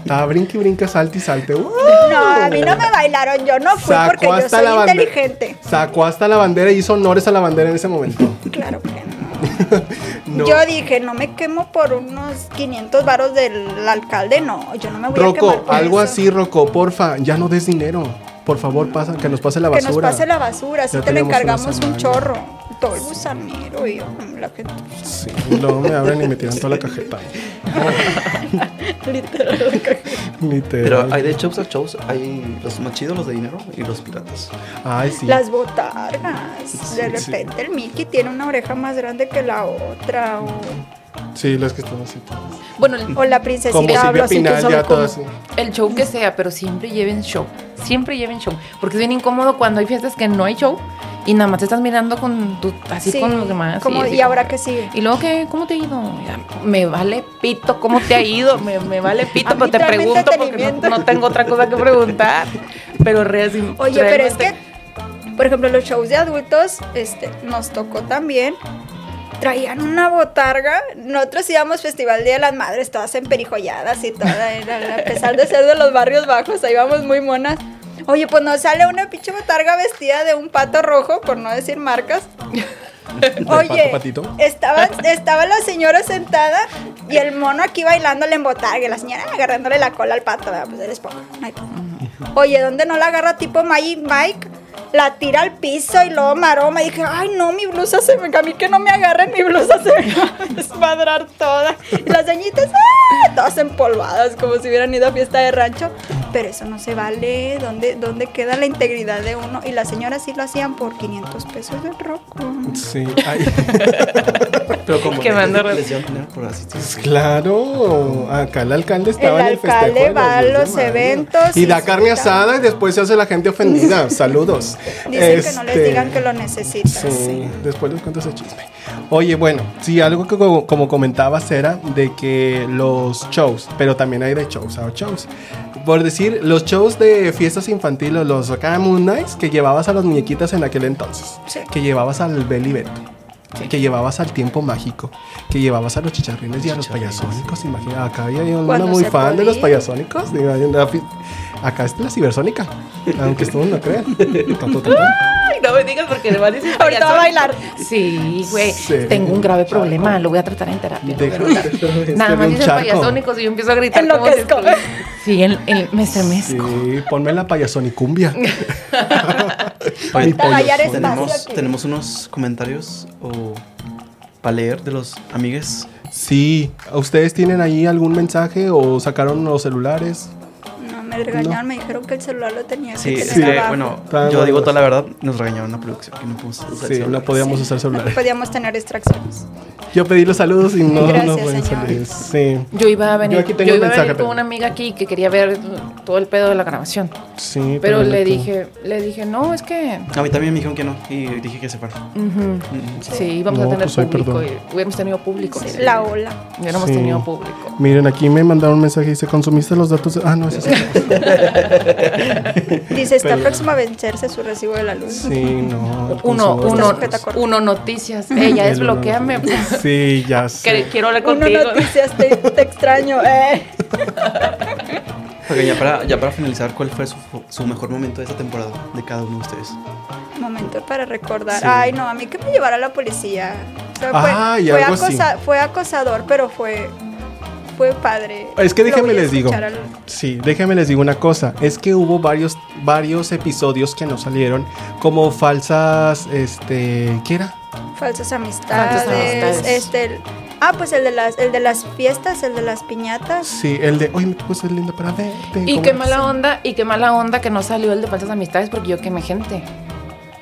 S1: Estaba brinque, brinca, salte y salte. ¡Uh!
S2: No, a mí no me bailaron, yo no fui porque yo soy
S1: bande-
S2: inteligente.
S1: Sacó hasta la bandera y hizo honores a la bandera en ese momento.
S2: Claro que no.
S1: No.
S2: Yo dije, no me quemo por unos 500 varos del alcalde, no, yo no me voy a
S1: Rocco,
S2: quemar por
S1: algo
S2: eso.
S1: así, Rocco, porfa, ya no des dinero. Por favor, pasa, que nos pase la
S2: Que
S1: basura.
S2: nos pase la basura, así
S1: Ya
S2: te le
S1: tenemos una
S2: encargamos un
S1: semana.
S2: chorro. Todo el gusanero y mm, la gente.
S1: Sí, luego me abren y me tiran toda la cajeta.
S3: Pero
S1: Literal.
S3: hay de shows a shows, hay los más chidos, los de dinero y los piratas.
S1: Ay, sí.
S2: Las botargas. De
S1: sí.
S2: repente el Mickey tiene una oreja más grande que la otra. O,
S1: Sí, las que están así. todas.
S4: Bueno, el-
S2: o la
S1: Como
S2: princesita habla
S1: Silvia
S2: así que
S1: Pinal,
S2: solo
S1: ya
S2: como-
S1: todas así.
S4: El show que sea, pero siempre lleven show. Siempre lleven show. Porque es bien incómodo cuando hay fiestas que no hay show y nada más te estás mirando con tu- así
S2: Sí,
S4: con los demás.
S2: como,
S4: así
S2: y ahora
S4: como-
S2: que sigue.
S4: ¿Y luego qué? ¿Cómo te ha ido? Mira, Me vale pito, ¿cómo te ha ido? Me, me vale pito,
S2: A mí
S4: pero te
S2: tráeme
S4: pregunto porque no-
S2: entretenimiento.
S4: no, tengo otra cosa que preguntar. Pero re así,
S2: Oye, pero es
S4: realmente-
S2: que, por ejemplo, los shows de adultos, este, nos tocó también. Traían una botarga. Nosotros íbamos Festival Día de las Madres, todas emperijolladas y toda. era- era- a pesar de ser de los barrios bajos, ahí íbamos muy monas. Oye, pues nos sale una pinche botarga vestida de un pato rojo, por no decir marcas. Oye,
S1: pato patito?
S2: Estaba, estaba la señora sentada y el mono aquí bailándole en botarga y la señora agarrándole la cola al pato. ¿verdad? Pues eres poca, no hay pedo. Oye, ¿dónde no la agarra tipo Mike? Mike la tira al piso y luego maroma. Y dije, ay, no, mi blusa se me... A mí que no me agarren, mi blusa se me va a desmadrar toda. Y las ceñitas, ¡ah! todas empolvadas, como si hubieran ido a fiesta de rancho. pero eso no se vale, ¿dónde, dónde queda la integridad de uno? Y las señoras sí lo hacían por 500 pesos de roco.
S1: Sí. ay. Pero como.
S4: Que mando re-
S3: Les dieron dinero por asistir.
S1: Pues claro, acá el alcalde estaba
S2: El
S1: en el festejo.
S2: alcalde
S1: de los
S2: va a
S1: Diez de
S2: los
S1: Mayo.
S2: eventos
S1: Y
S2: y
S1: da
S2: se
S1: carne
S2: junta.
S1: asada y después se hace la gente ofendida. Saludos.
S2: Dicen que no les
S1: Este,
S2: digan que lo necesitan.
S1: Sí, después les cuento ese chisme. Oye, bueno, sí, algo que como, como comentabas era de que los shows, pero también hay de shows a shows. Por decir, los shows de fiestas infantiles, los acá Moon Nights, que llevabas a las muñequitas en aquel entonces,
S2: Sí.
S1: que llevabas al Belly Beto, que llevabas al Tiempo Mágico, que llevabas a los chicharrines y a los
S3: Chicharrines.
S1: payasónicos. Imagina, acá había yo una
S2: Cuando
S1: muy
S2: se
S1: fan de los
S2: podía.
S1: payasónicos. digo, hay una fi- acá es la cibersónica, aunque ustedes no crean. Ta, ta, ta, ta.
S4: Ay, no me digas porque le vas a decir.
S2: Ahorita va a
S4: payaso.
S2: bailar.
S4: Sí, güey.
S1: Sí.
S4: Tengo un grave problema. Lo voy a tratar en terapia.
S1: De-
S4: la verdad.
S1: es que
S4: Nada
S1: había
S4: más
S1: un
S4: dicen
S1: charco.
S4: payasónicos y yo empiezo a gritar. como si
S2: Enloquezco.
S4: estuviera- Sí, en, en- me estremezco.
S1: Sí, ponme la payasonicumbia.
S2: Ahorita bailar
S1: pollo,
S2: espacio
S3: Tenemos,
S2: aquí.
S3: tenemos unos comentarios o para leer de los amigues.
S1: Sí, ¿ustedes tienen ahí algún mensaje o sacaron los celulares?
S2: No, me regañaron, me dijeron que el celular lo tenía
S3: Sí,
S2: que tener
S3: es que,
S2: abajo.
S3: bueno,
S1: Tan
S3: yo digo
S1: gordos.
S3: toda la verdad, nos regañaron la producción que no pudimos usar
S1: Sí, no
S3: celular.
S1: podíamos usar
S2: No
S1: celulares.
S2: podíamos tener distracciones.
S1: Yo pedí los saludos y no,
S2: Gracias,
S1: no pueden
S2: señor.
S1: salir. Sí,
S4: Yo iba a venir,
S1: Yo aquí
S4: yo
S1: tengo un
S4: iba a
S1: mensaje,
S4: venir
S1: pero-
S4: con una amiga aquí que quería ver todo el pedo de la grabación.
S1: sí.
S4: Pero le
S1: tú-
S4: dije, le dije, no, es que
S3: A mí también me dijeron que no y dije que se fuera. Mm.
S4: ujú, sí, íbamos
S1: No,
S4: a tener
S1: pues, ay,
S4: público.
S1: perdón.
S4: y hubiéramos tenido público. mira.
S2: La ola.
S4: Hubiéramos
S1: Sí.
S4: tenido público.
S1: Miren, aquí me mandaron un mensaje y dice, ¿consumiste los datos? de-" Ah, no, eso es otra cosa.
S2: Dice, está
S1: Pero-
S2: próximo a vencerse su recibo de la luz.
S1: Sí, no. el
S4: Uno,
S1: consumo de
S4: uno,
S1: datos.
S4: uno noticias. Ella
S1: El
S4: es bloqueame.
S1: uno. Sí, ya sé.
S4: Quiero hablar
S2: Uno
S4: contigo.
S2: noticias, te, este, te extraño. eh.
S3: Ok, ya para, ya para finalizar, ¿cuál fue su, su mejor momento de esta temporada de cada uno de ustedes?
S2: Momento para recordar.
S1: Sí.
S2: Ay, no, a mí que me llevara la policía. O sea, fue,
S1: Ah, y
S2: fue
S1: algo así.
S2: acosa- fue acosador, pero fue, fue padre.
S1: Es que
S2: Lo
S1: déjenme
S2: voy a
S1: les digo.
S2: escuchar al-
S1: Sí, déjenme les digo una cosa. Es que hubo varios, varios episodios que no salieron como falsas, este, ¿qué era?
S2: Falsas amistades.
S4: Falsas amistades.
S2: Este, el- ah, pues el de las, el de las fiestas, el de las piñatas.
S1: Sí, el de, oye, me puse linda para verte.
S4: Y
S1: ¿cómo
S4: qué
S1: eres?"
S4: mala onda, y qué mala onda que no salió el de falsas amistades porque yo quemé gente.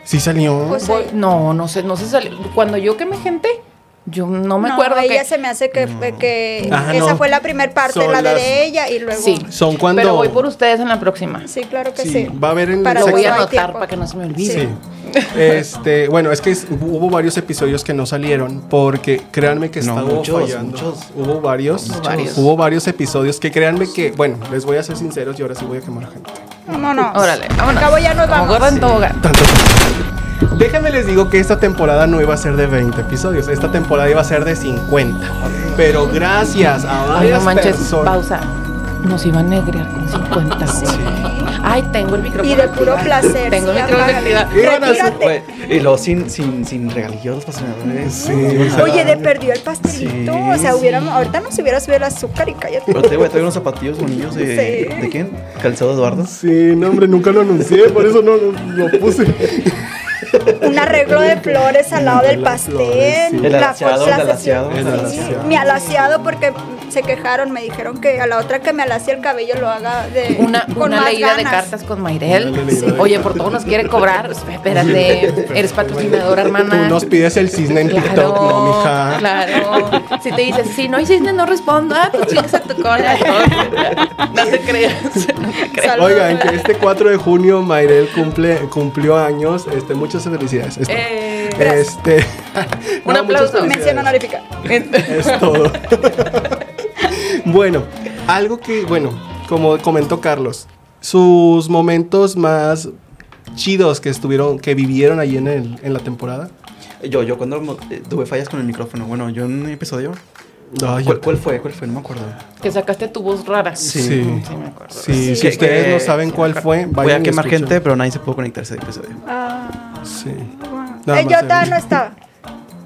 S1: Sí salió.
S2: Pues,
S4: Voy- no, no sé, no sé salió. Cuando yo quemé gente, yo no me acuerdo
S2: ella
S4: que
S2: se me hace que, fue- que
S1: Ah,
S2: esa
S1: no.
S2: fue la primera parte,
S1: Son
S2: la de,
S1: las-
S2: ella y luego.
S4: Sí.
S1: Son cuando.
S4: Pero voy por ustedes en la próxima.
S2: Sí, claro que
S1: Sí,
S2: sí.
S1: va a haber en
S2: Para
S1: el
S4: Lo voy
S1: sexto-
S4: a
S2: no hay
S4: anotar
S2: tiempo.
S4: para que no se me olvide.
S1: Sí. Este, bueno, es que es- hubo varios episodios que no salieron porque créanme que
S3: No,
S1: estaba
S3: muchos,
S1: fallando.
S3: muchos.
S1: Hubo varios,
S4: Hubo varios.
S1: Hubo varios episodios que créanme que, bueno, les voy a ser sinceros y ahora sí voy a quemar a gente.
S2: Vámonos.
S4: Órale, vámonos.
S2: Acabo ya nos
S4: Como
S2: vamos.
S4: gorda en tobogán.
S1: Tanto. Déjenme les digo que esta temporada no iba a ser de 20 episodios, esta temporada iba a ser de 50. Pero gracias a
S4: Ay, no
S1: varias
S4: manches,
S1: personas.
S4: pausa. Nos iban a negrear con 50. Ay, tengo el micrófono.
S2: Y de puro
S4: activado.
S2: placer,
S4: Tengo el
S2: sí,
S4: micrófono
S2: apágale.
S4: activado.
S1: Iban a hacer-
S2: Retírate.
S3: Fue- y luego sin, sin, sin regalillos los patrocinadores.
S1: Sí.
S3: o sea,
S2: Oye, de perdió el pastelito.
S3: Sí,
S2: o sea,
S3: sí.
S2: hubiéramos, ahorita nos hubiera subido el azúcar y cállate.
S3: Pero te voy a traer unos zapatillos bonillos de,
S2: Sí.
S3: ¿de quién? Calzado Eduardo.
S1: Sí, no, hombre, nunca lo anuncié, por eso no lo, lo puse.
S2: Un arreglo de flores al lado del
S1: Flores, sí.
S2: pastel.
S3: El
S2: la
S3: alaciado,
S2: fuerza
S3: el alaciado.
S2: sesión.
S1: El
S2: Sí,
S1: alaciado.
S2: me alaciado porque se quejaron, me dijeron que a la otra que me alacie el cabello lo haga de
S4: Una,
S2: con
S4: una
S2: más
S4: leída de
S2: ganas.
S4: cartas con Mayrel.
S1: Una leída de
S4: Oye, por todo nos quiere cobrar. Espérate, eres patrocinadora, hermana.
S1: Tú nos pides el cisne en
S4: Claro,
S1: TikTok, no, mija.
S4: claro. Si te dices, si no hay cisne, no respondo. Ah, pues chingas a tu cola. No te creas. No te creas.
S2: Saludos.
S1: Oigan, que este 4 de junio Mayrel cumple, cumplió años. Este, muchas felicidades. Esto-
S4: Eh,
S1: este,
S4: Un
S1: no, muchas
S4: aplauso.
S1: felicidades.
S2: Mención honorífica.
S1: Es todo. bueno, algo que, bueno, como comentó Carlos, sus momentos más chidos que estuvieron, que vivieron ahí en, el, en la temporada.
S3: Yo, yo cuando mo- eh, tuve fallas con el micrófono. Bueno, yo en un episodio.
S1: Ay,
S3: ¿Cuál, cuál fue? ¿Cuál fue? No me acuerdo.
S4: que sacaste tu voz rara.
S1: Sí.
S4: Mm, sí me acuerdo.
S1: Sí,
S2: Sí.
S1: si
S2: Que-
S1: ustedes
S3: que-
S1: no saben cuál fue, vayan
S3: Voy a
S1: y
S3: quemar
S1: escuchen.
S3: gente, pero nadie se pudo conectarse al episodio.
S2: Ah,
S1: Sí.
S2: wow.
S1: Nada más
S2: Eh,
S1: se
S2: Yota
S1: ve.
S2: no estaba.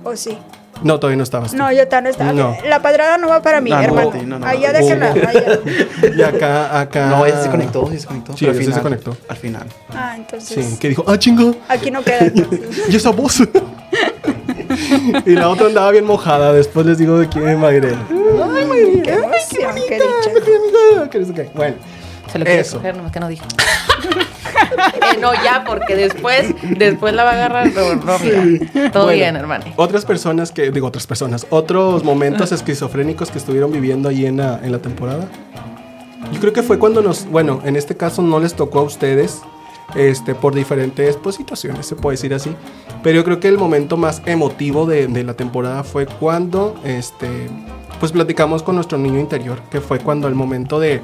S2: ¿O sí?
S1: No, todavía no estabas. tú.
S2: No, Yota no estaba.
S1: No. Ah,
S2: La padrada no va para mí,
S3: No, no,
S2: hermano.
S3: no, no, no.
S2: allá
S1: Hubo.
S2: déjenla. allá.
S1: Y acá, acá.
S3: No, ella sí se conectó, sí se conectó.
S1: Sí,
S3: pero al
S1: ella sí se
S3: final-
S1: conectó.
S3: Al final.
S2: Ah, entonces.
S1: Sí, que dijo, ah, chingo.
S2: Aquí no queda. entonces.
S1: ¿Y esa voz? y la otra andaba bien mojada. Después les digo de quién es Mayrel.
S2: Qué emoción, qué dicha.
S1: Que no sé qué. Bueno,
S4: Se lo quiere
S1: Eso.
S4: coger, nomás que no dijo. Eh, no, ya, porque después, después la va a agarrar. No, no, mira. Todo
S1: Bueno,
S4: bien, hermano.
S1: Otras personas que, digo, otras personas, otros momentos esquizofrénicos que estuvieron viviendo ahí en la, en la temporada. Yo creo que fue cuando nos, bueno, en este caso no les tocó a ustedes, este, por diferentes pues, situaciones, se puede decir así. Pero yo creo que el momento más emotivo de, de la temporada fue cuando, este, pues platicamos con nuestro niño interior, que fue cuando el momento de,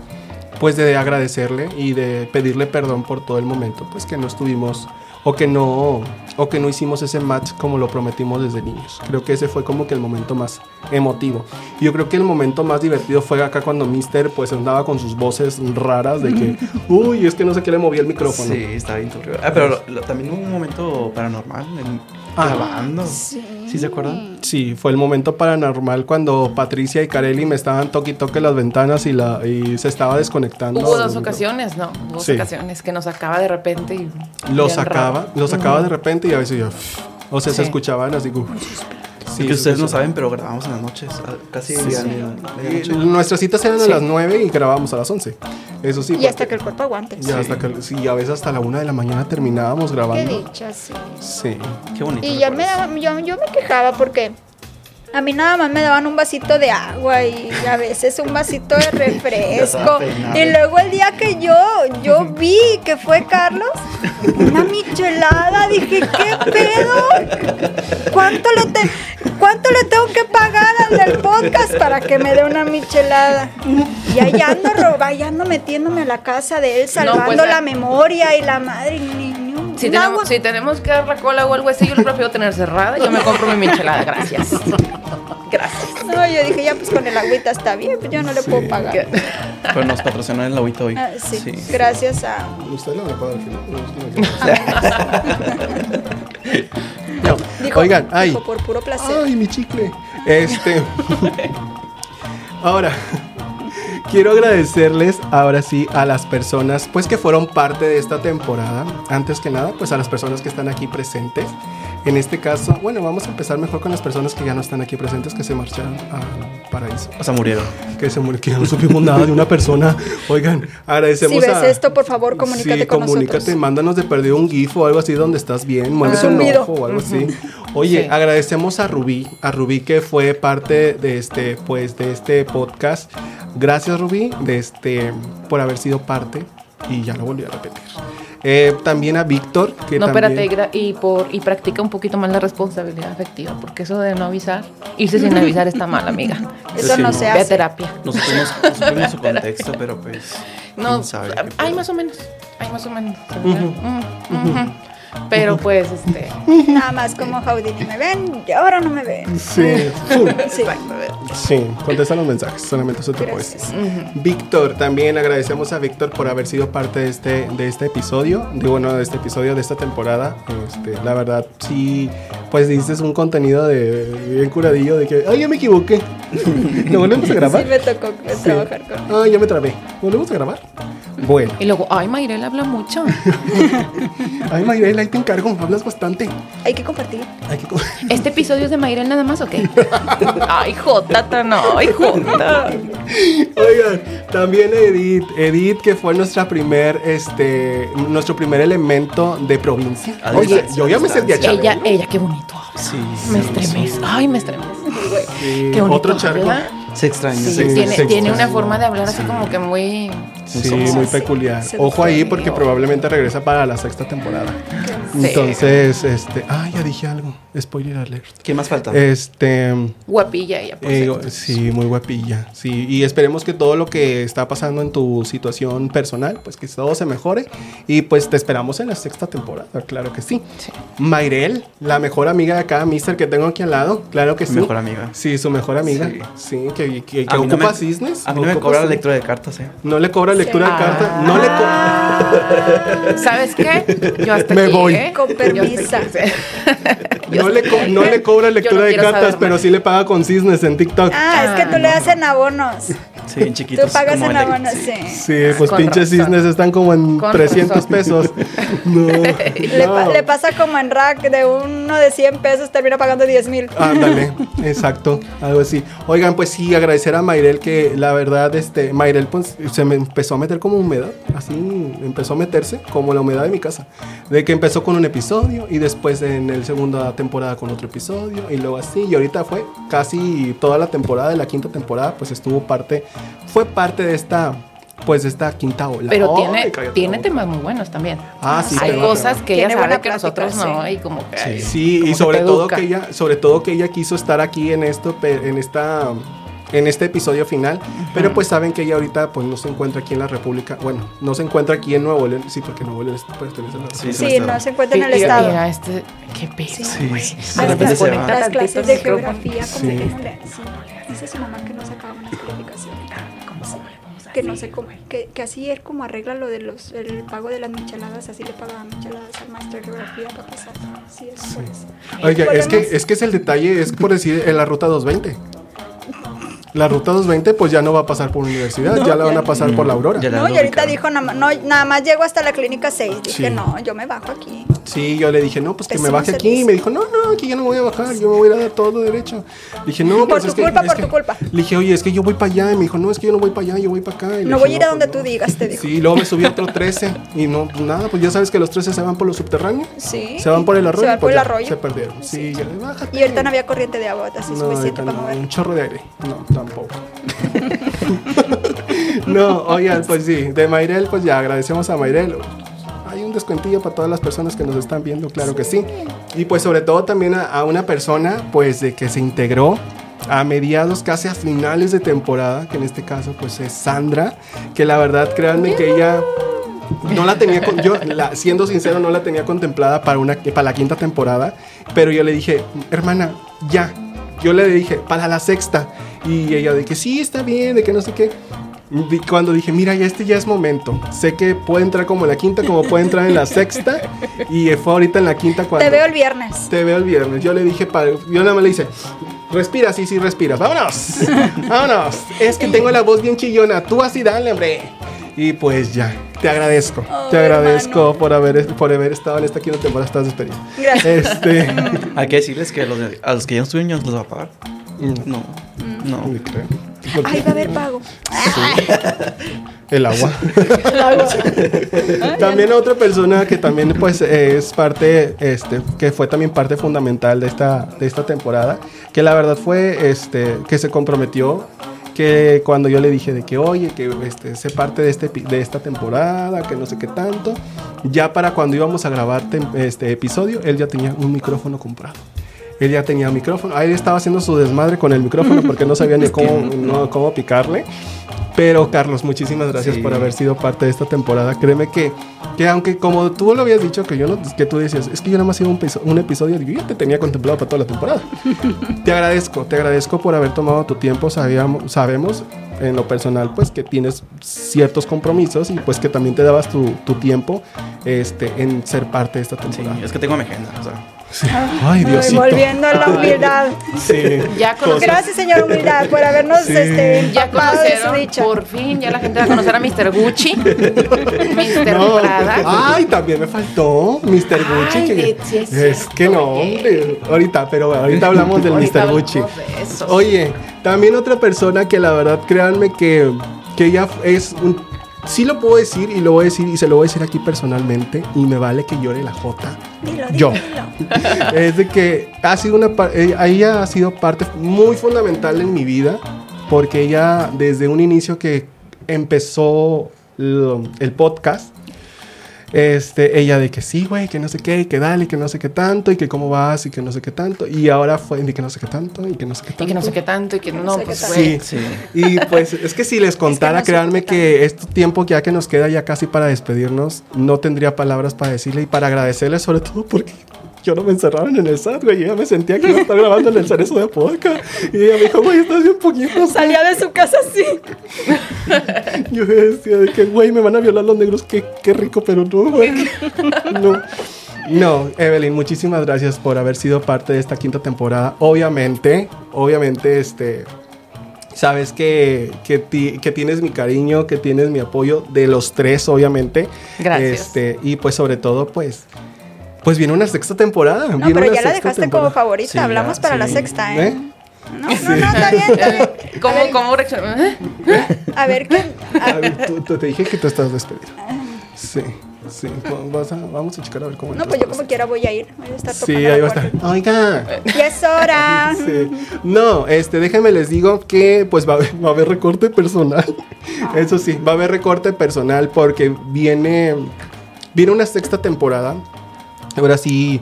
S1: pues de agradecerle y de pedirle perdón por todo el momento, pues que no estuvimos o que no o que no hicimos ese match como lo prometimos desde niños. Creo que ese fue como que el momento más emotivo. Y Yo creo que el momento más divertido fue acá cuando Mister pues andaba con sus voces raras de que, uy, es que no sé qué le movía el micrófono.
S3: Sí, está bien turbio. Ah, pero lo- lo- también hubo un momento paranormal en,
S1: Ah.
S3: grabando. ¿Sí se acuerdan?
S1: Sí, fue el momento paranormal cuando Patricia y Kareli me estaban toque y toque las ventanas y la y se estaba desconectando.
S4: Hubo
S1: del
S4: dos
S1: micrófono.
S4: ocasiones, ¿no? Hubo dos
S1: Sí.
S4: ocasiones que nos sacaba de repente y...
S1: Lo
S4: bien
S1: sacaba,
S4: raro.
S1: lo sacaba de repente y a veces yo, "Uf". o sea, se
S4: Sí.
S1: escuchaban así como,
S3: Sí, que ustedes no saben, pero grabamos en las noches, a- casi a media-
S1: Y
S3: medianoche.
S1: Nuestras citas eran a
S4: Sí.
S1: las 9 y grabábamos a las 11. Eso sí.
S2: Y hasta que
S1: porque-
S2: el cuerpo aguante.
S1: y hasta que- sí, a veces hasta la 1 de la mañana terminábamos
S2: Qué
S1: grabando.
S2: dicha, sí.
S1: Sí.
S3: Qué bonito.
S2: Y ya me
S3: recuerdos.
S2: daba- yo, yo me quejaba porque a mí nada más me daban un vasito de agua y a veces un vasito de refresco.
S3: peinada.
S2: y luego el día que yo, yo vi que fue Carlos, una michelada, dije, ¿qué pedo? ¿Cuánto le, te- ¿Cuánto le tengo que pagar al del podcast para que me dé una michelada? Y ahí ando, roba, y ando metiéndome a la casa de él, salvando
S4: pues,
S2: la
S4: ah.
S2: memoria y la madre. Ni, ni un-
S4: Si
S2: un agua.
S4: tenemos, si tenemos que dar la cola o algo así, yo lo prefiero tener cerrada. Yo me compro mi michelada, gracias. Gracias.
S2: No, yo dije, ya pues con el agüita está bien, pues yo no le
S1: Sí.
S2: puedo pagar.
S3: Pero nos patrocinaron el agüita hoy.
S2: Ah, sí. gracias a...
S1: Usted la van a pagar al final. No.
S2: Dijo,
S1: Oigan, ay.
S2: dijo, por puro placer.
S1: Ay, mi chicle. Este. Ahora. Quiero agradecerles ahora sí a las personas pues que fueron parte de esta temporada. Antes que nada, pues a las personas que están aquí presentes. En este caso, bueno, vamos a empezar mejor con las personas que ya no están aquí presentes, que se marcharon al paraíso.
S3: O sea, murieron.
S1: Que se mur- que no supimos nada de una persona. Oigan, agradecemos
S2: Si ves
S1: a-
S2: esto, por favor, comunícate
S1: Sí,
S2: con
S1: comunícate,
S2: nosotros.
S1: mándanos de perdido un GIF o algo así donde estás bien, muévete
S4: Ah.
S1: un
S2: Zumbido.
S1: ojo o algo así. Oye,
S4: Sí.
S1: agradecemos a Rubí, a Rubí que fue parte de este, pues, de este podcast. Gracias, Rubí, de este, por haber sido parte y ya lo volví a repetir. Eh, también a Víctor, que
S4: No,
S1: también...
S4: espérate, y gra- y, por, y practica un poquito más la responsabilidad afectiva, porque eso de no avisar, irse sin avisar está mal, amiga.
S2: Eso
S3: Sí,
S2: no
S3: sí.
S2: se
S4: Ve a
S2: hace.
S4: terapia.
S3: No supimos, no supimos su contexto, pero pues.
S4: No,
S3: quién sabe qué
S4: hay
S3: pedo.
S4: más o menos, hay más o menos. ¿verdad? Mm, ujú. Pero pues, este,
S2: Nada más como Houdini, me ven y ahora no me ven.
S1: Sí, full.
S2: Sí,
S1: sí, contesta los mensajes, solamente eso te puedo decir.
S2: gracias.
S1: Víctor, también agradecemos a Víctor por haber sido parte de este, de este episodio, de, bueno, de este episodio de esta temporada. Este, la verdad, sí, pues diste un contenido de bien curadillo de que, ay, ya me equivoqué. ¿Lo volvemos a
S2: Sí,
S1: grabar?
S2: me tocó eh,
S1: Sí.
S2: trabajar con él.
S1: Ah, ya me trabé. ¿Volvemos a grabar? Bueno.
S4: y luego, ay, Mayrel habla mucho.
S1: Ay, Mayrel, ahí te encargo, hablas bastante.
S2: Hay que compartir.
S1: Hay que co-
S4: ¿Este episodio es de Mayrel nada más o qué? Ay, Jota, tan- no, ay, Jota.
S1: Oigan, también a Edith, Edith que fue nuestra primer, este, nuestro primer elemento de provincia.
S3: A
S1: Oye,
S3: distancia,
S1: yo ya me
S3: a
S1: sentía
S3: distancia.
S1: chavo.
S4: Ella, ella, qué bonito habla.
S3: Sí,
S4: Me
S3: sí,
S4: estremezco, ay, me estremezco, güey.
S1: Sí,
S4: Qué bonito
S1: otro charco.
S4: habla.
S3: Se extraña.
S4: Sí,
S1: Sí,
S4: tiene,
S1: sí,
S4: tiene
S1: sí.
S4: una forma de hablar así como que muy...
S1: Sí,
S3: Sí,
S1: muy
S2: sí.
S1: peculiar.
S2: Se
S1: Ojo ahí
S4: descubrió.
S1: porque probablemente regresa para la sexta temporada.
S4: Sí.
S1: Entonces, este, ah, ya dije algo. Spoiler alert.
S3: ¿Qué más falta?
S1: Este,
S4: Guapilla ella, por
S1: eh,
S4: cierto.
S1: sí, muy guapilla. Sí, y esperemos que todo lo que está pasando en tu situación personal, pues que todo se mejore y pues te esperamos en la sexta temporada, claro que sí.
S4: Sí.
S1: Mayrel, la mejor amiga de acá, Mister que tengo aquí al lado, claro que
S3: Mi
S1: sí.
S3: mejor amiga.
S1: Sí, su mejor amiga.
S3: Sí.
S1: Sí, que, que, que
S3: A mí no
S1: ocupa
S3: me-
S1: cisnes.
S3: A mí no me
S1: ocupa
S3: cobra la
S1: cisnes.
S3: lectura de cartas, eh.
S1: No le cobra lectura de carta. No le cobra.
S4: Ah, ¿Sabes qué? Yo hasta
S1: Me
S4: aquí,
S1: voy.
S4: ¿eh?
S2: Con
S4: Yo hasta aquí,
S2: permisa.
S4: sí. Yo
S1: No le, co-
S4: sé.
S1: no le cobra
S4: Yo
S1: lectura
S4: no
S1: de
S4: quiero Ah.
S1: cartas,
S4: saber
S1: pero
S4: más.
S1: sí le paga con cisnes en TikTok.
S2: Ah, es que tú le das en abonos.
S3: Sí, bien chiquitos.
S2: Tú pagas
S3: como
S2: en
S3: el de-
S2: abono,
S3: sí.
S2: sí.
S1: Sí, pues
S4: Con
S1: pinches
S4: razón.
S1: cisnes están como en
S4: Con
S1: 300
S4: razón.
S1: pesos. No.
S2: Le, pa-
S1: no.
S2: le pasa como en rack de uno de 100 pesos, termina pagando 10 mil.
S1: Ándale, exacto, algo así. Oigan, pues sí, agradecer a Mayrel que la verdad, este, Mayrel pues, se me empezó a meter como humedad, así empezó a meterse como la humedad de mi casa. De que empezó con un episodio y después en el segunda temporada con otro episodio y luego así. Y ahorita fue casi toda la temporada de la quinta temporada, pues estuvo parte, fue parte de esta, pues de esta quinta ola.
S4: Pero
S1: Ay,
S4: tiene,
S1: cállate la
S4: tiene
S1: boca.
S4: temas muy buenos también.
S1: Ah, sí,
S4: Hay
S1: pero-
S4: cosas que
S2: Tiene
S4: ella sabe
S2: buena
S4: que
S2: plática,
S4: nosotros no,
S2: sí.
S4: y como que. ay,
S1: Sí,
S4: como
S1: y
S4: que
S1: sobre
S4: te
S1: todo
S4: educa.
S1: que ella, sobre todo que ella quiso estar aquí en esto, pe- en esta en este episodio final, pero pues saben que ella ahorita pues no se encuentra aquí en la República, bueno, no se encuentra aquí en Nuevo León, sí, porque Nuevo León es- pues, pertenece a la
S3: Sí,
S2: Sí, no se encuentra en el
S4: Y- y-
S2: estado.
S4: mira, este, qué pedo.
S3: Sí, sí, sí.
S4: Ay,
S3: De repente
S4: se
S3: se
S4: conecta
S2: Las
S3: va.
S4: tantito
S2: clases
S4: el
S2: de
S4: micrófono.
S2: geografía, como
S1: Sí.
S2: que no le- sí, no le- dice su mamá que no sacaba una calificación.
S1: Ah,
S2: Que no sé cómo, que, que así él como arregla lo de los, el pago de las micheladas, así le pagaba micheladas al maestro de geografía para pasar. Sí, eso fue eso.
S1: Oiga, es que,
S2: Volvemos.
S1: es que es el detalle, es por decir, en la ruta 220. La ruta 220 pues ya no va a pasar por universidad, ya la van a
S4: Mm,
S1: pasar por la Aurora.
S3: Ya la
S2: No, y ahorita
S3: ubicaron.
S2: dijo, nada más, no, nada más llego hasta la clínica 6. Dije,
S1: Sí.
S2: no, yo me bajo aquí.
S1: Sí, yo le dije, no, pues que me
S2: Pésimo
S1: baje aquí. Y
S2: servicio.
S1: me dijo, no, no, aquí ya no me voy a bajar, yo me voy a ir a dar todo derecho. Le dije, no,
S2: Por
S1: pues
S2: tu
S1: es que-
S2: culpa,
S1: es
S2: por
S1: que-
S2: tu culpa.
S1: Le dije, oye, es que yo voy para allá. Y me dijo, no, es que yo no voy para allá, yo voy para acá. Y le
S2: No
S1: dije,
S2: voy a ir a
S1: pues
S2: donde
S1: no".
S2: tú digas, te digo.
S1: Sí, luego me subí a otro 13 y no, pues nada, pues ya sabes que los 13 se van por los subterráneos.
S2: Sí.
S1: Se van por el arroyo.
S2: Se
S1: y pues
S2: van por el
S1: ya,
S2: arroyo.
S1: Se perdieron. Sí, ya, bájate.
S2: Y ahorita no había corriente de agua, así
S1: No,
S2: suficiente
S1: ahorita
S2: para
S1: no,
S2: mover.
S1: un chorro de aire. No, tampoco. no, oigan, pues sí, de Mayrel, pues ya agradecemos a Mayrel. Hay un descuentillo para todas las personas que nos están viendo, claro que sí. Y pues sobre todo también a, a una persona, pues de que se integró a mediados, casi a finales de temporada, que en este caso pues es Sandra, que la verdad créanme que ella no la tenía con- yo la- siendo sincero no la tenía contemplada para una para la quinta temporada pero yo le dije hermana ya yo le dije para la sexta y ella de que sí está bien de que no sé qué Di- cuando dije mira ya este ya es momento sé que puede entrar como en la quinta como puede entrar en la sexta y fue ahorita en la quinta cuando
S2: Te veo el viernes.
S1: te veo el viernes. Yo le dije, para, yo nada más le hice, respira, sí, sí, respiras. Vámonos, vámonos. Es que tengo la voz bien chillona. Tú así dale, hombre. Y pues ya, te agradezco.
S2: Oh,
S1: te agradezco
S2: hermano.
S1: por haber, por haber estado en esta quinta temporada. Estás despedido.
S2: Gracias.
S1: Este.
S3: Hay que decirles que los de- a los que ya no estuvieron ya no los va a pagar.
S1: no,
S3: No, no.
S1: ni creo. Porque
S2: Ahí va a haber pago.
S1: El agua. también otra persona que también pues es parte, este, que fue también parte fundamental de esta, de esta temporada, que la verdad fue, este, que se comprometió, que cuando yo le dije de que, oye, que este, sé parte de, este, epi- de esta temporada, que no sé qué tanto, ya para cuando íbamos a grabar tem- este episodio, él ya tenía un micrófono comprado. Él ya tenía micrófono. Ah, él estaba haciendo su desmadre con el micrófono porque no sabía ni cómo, no, cómo picarle. Pero Carlos, muchísimas gracias
S3: Sí.
S1: por haber sido parte de esta temporada. Créeme que, que aunque como tú lo habías dicho, que yo no, que tú decías, es que yo nada más iba un, piso- un episodio, digo, yo ya te tenía contemplado para toda la temporada. te agradezco, te agradezco por haber tomado tu tiempo. Sabíamos, sabemos en lo personal, pues que tienes ciertos compromisos y pues que también te dabas tu, tu tiempo este, en ser parte de esta
S3: Sí,
S1: temporada.
S3: es que tengo mi agenda. O sea,
S1: Ay,
S2: Ay,
S1: Diosito.
S2: Volviendo a la humildad.
S1: Sí.
S4: Ya conocer-
S2: Gracias, señor humildad, por habernos
S1: Pues, Sí.
S2: este,
S4: Ya
S2: empapado de su
S4: conocieron,
S2: dicha.
S4: por fin, ya la gente va a conocer a Mr. Gucci, Mr. Prada.
S1: Ay, también me faltó Mr. Gucci.
S4: Ay,
S1: que-
S4: de- sí, es
S1: es que no, hombre. Ahorita, pero bueno, ahorita hablamos del
S4: Ahorita
S1: Mr.
S4: hablamos
S1: Gucci.
S4: de eso.
S1: Oye, también otra persona que la verdad, créanme que, que ella es un... Sí lo puedo decir y lo voy a decir y se lo voy a decir aquí personalmente y me vale que llore la Jota
S2: Dilo,
S1: yo.
S2: dilo, dilo.
S1: es de que ha sido una par- eh, ella ha sido parte muy fundamental en mi vida porque ella desde un inicio que empezó lo- el podcast este, ella de que sí, güey, que no sé qué, que dale, que no sé qué tanto, y que cómo vas, y que no sé qué tanto. Y ahora fue de que no sé qué tanto, y que no sé qué tanto.
S4: Y que no sé qué tanto, y que
S2: no
S4: no,
S2: sé
S4: pues
S2: qué
S4: güey.
S1: Sí,
S3: sí.
S1: y pues es que si les contara,
S2: no sé
S1: créanme
S2: qué
S1: que este tiempo ya que nos queda ya casi para despedirnos, no tendría palabras para decirle y para agradecerle sobre todo porque yo no me encerraron en el SAT, güey. Yo ya me sentía que iba a estar grabando en el Cerezo de Apodaca. Y ella me dijo, güey, estás bien poquito.
S2: Salía de su casa así.
S1: Yo decía de que, güey, me van a violar los negros. Qué, qué rico, pero no, güey. No. No, Evelyn, muchísimas gracias por haber sido parte de esta quinta temporada. Obviamente, obviamente, este... Sabes que, que, ti- que tienes mi cariño, que tienes mi apoyo, de los tres, obviamente.
S4: Gracias.
S1: Este, y pues sobre todo, pues, pues viene una sexta temporada.
S2: No,
S1: viene
S2: pero
S1: una
S2: ya la
S1: sexta
S2: dejaste
S1: temporada.
S2: como favorita.
S3: Sí, ya,
S2: Hablamos para la
S3: sí.
S2: sexta, ¿eh?
S1: ¿Eh?
S2: No, no, no, está bien, está bien.
S4: Eh, ¿Cómo,
S2: A ver,
S4: cómo reacciona? ¿Eh?
S2: A ver, ¿qué? Ah,
S1: A ver, tú- tú- te dije que tú estás despedido. Sí, sí. va- vas a- vamos a checar a ver cómo
S2: No,
S1: entras
S2: pues yo
S1: para
S2: como
S1: la
S2: quiera voy a ir. Voy a estar
S1: sexta.
S2: tocando
S1: Sí,
S2: la
S1: ahí va a
S2: puerta.
S1: estar. Oiga.
S2: Ya es hora.
S1: Sí. No, este, déjenme les digo que pues va, a haber- va a haber recorte personal. Eso sí, va a haber recorte personal porque viene viene una sexta temporada. Ahora sí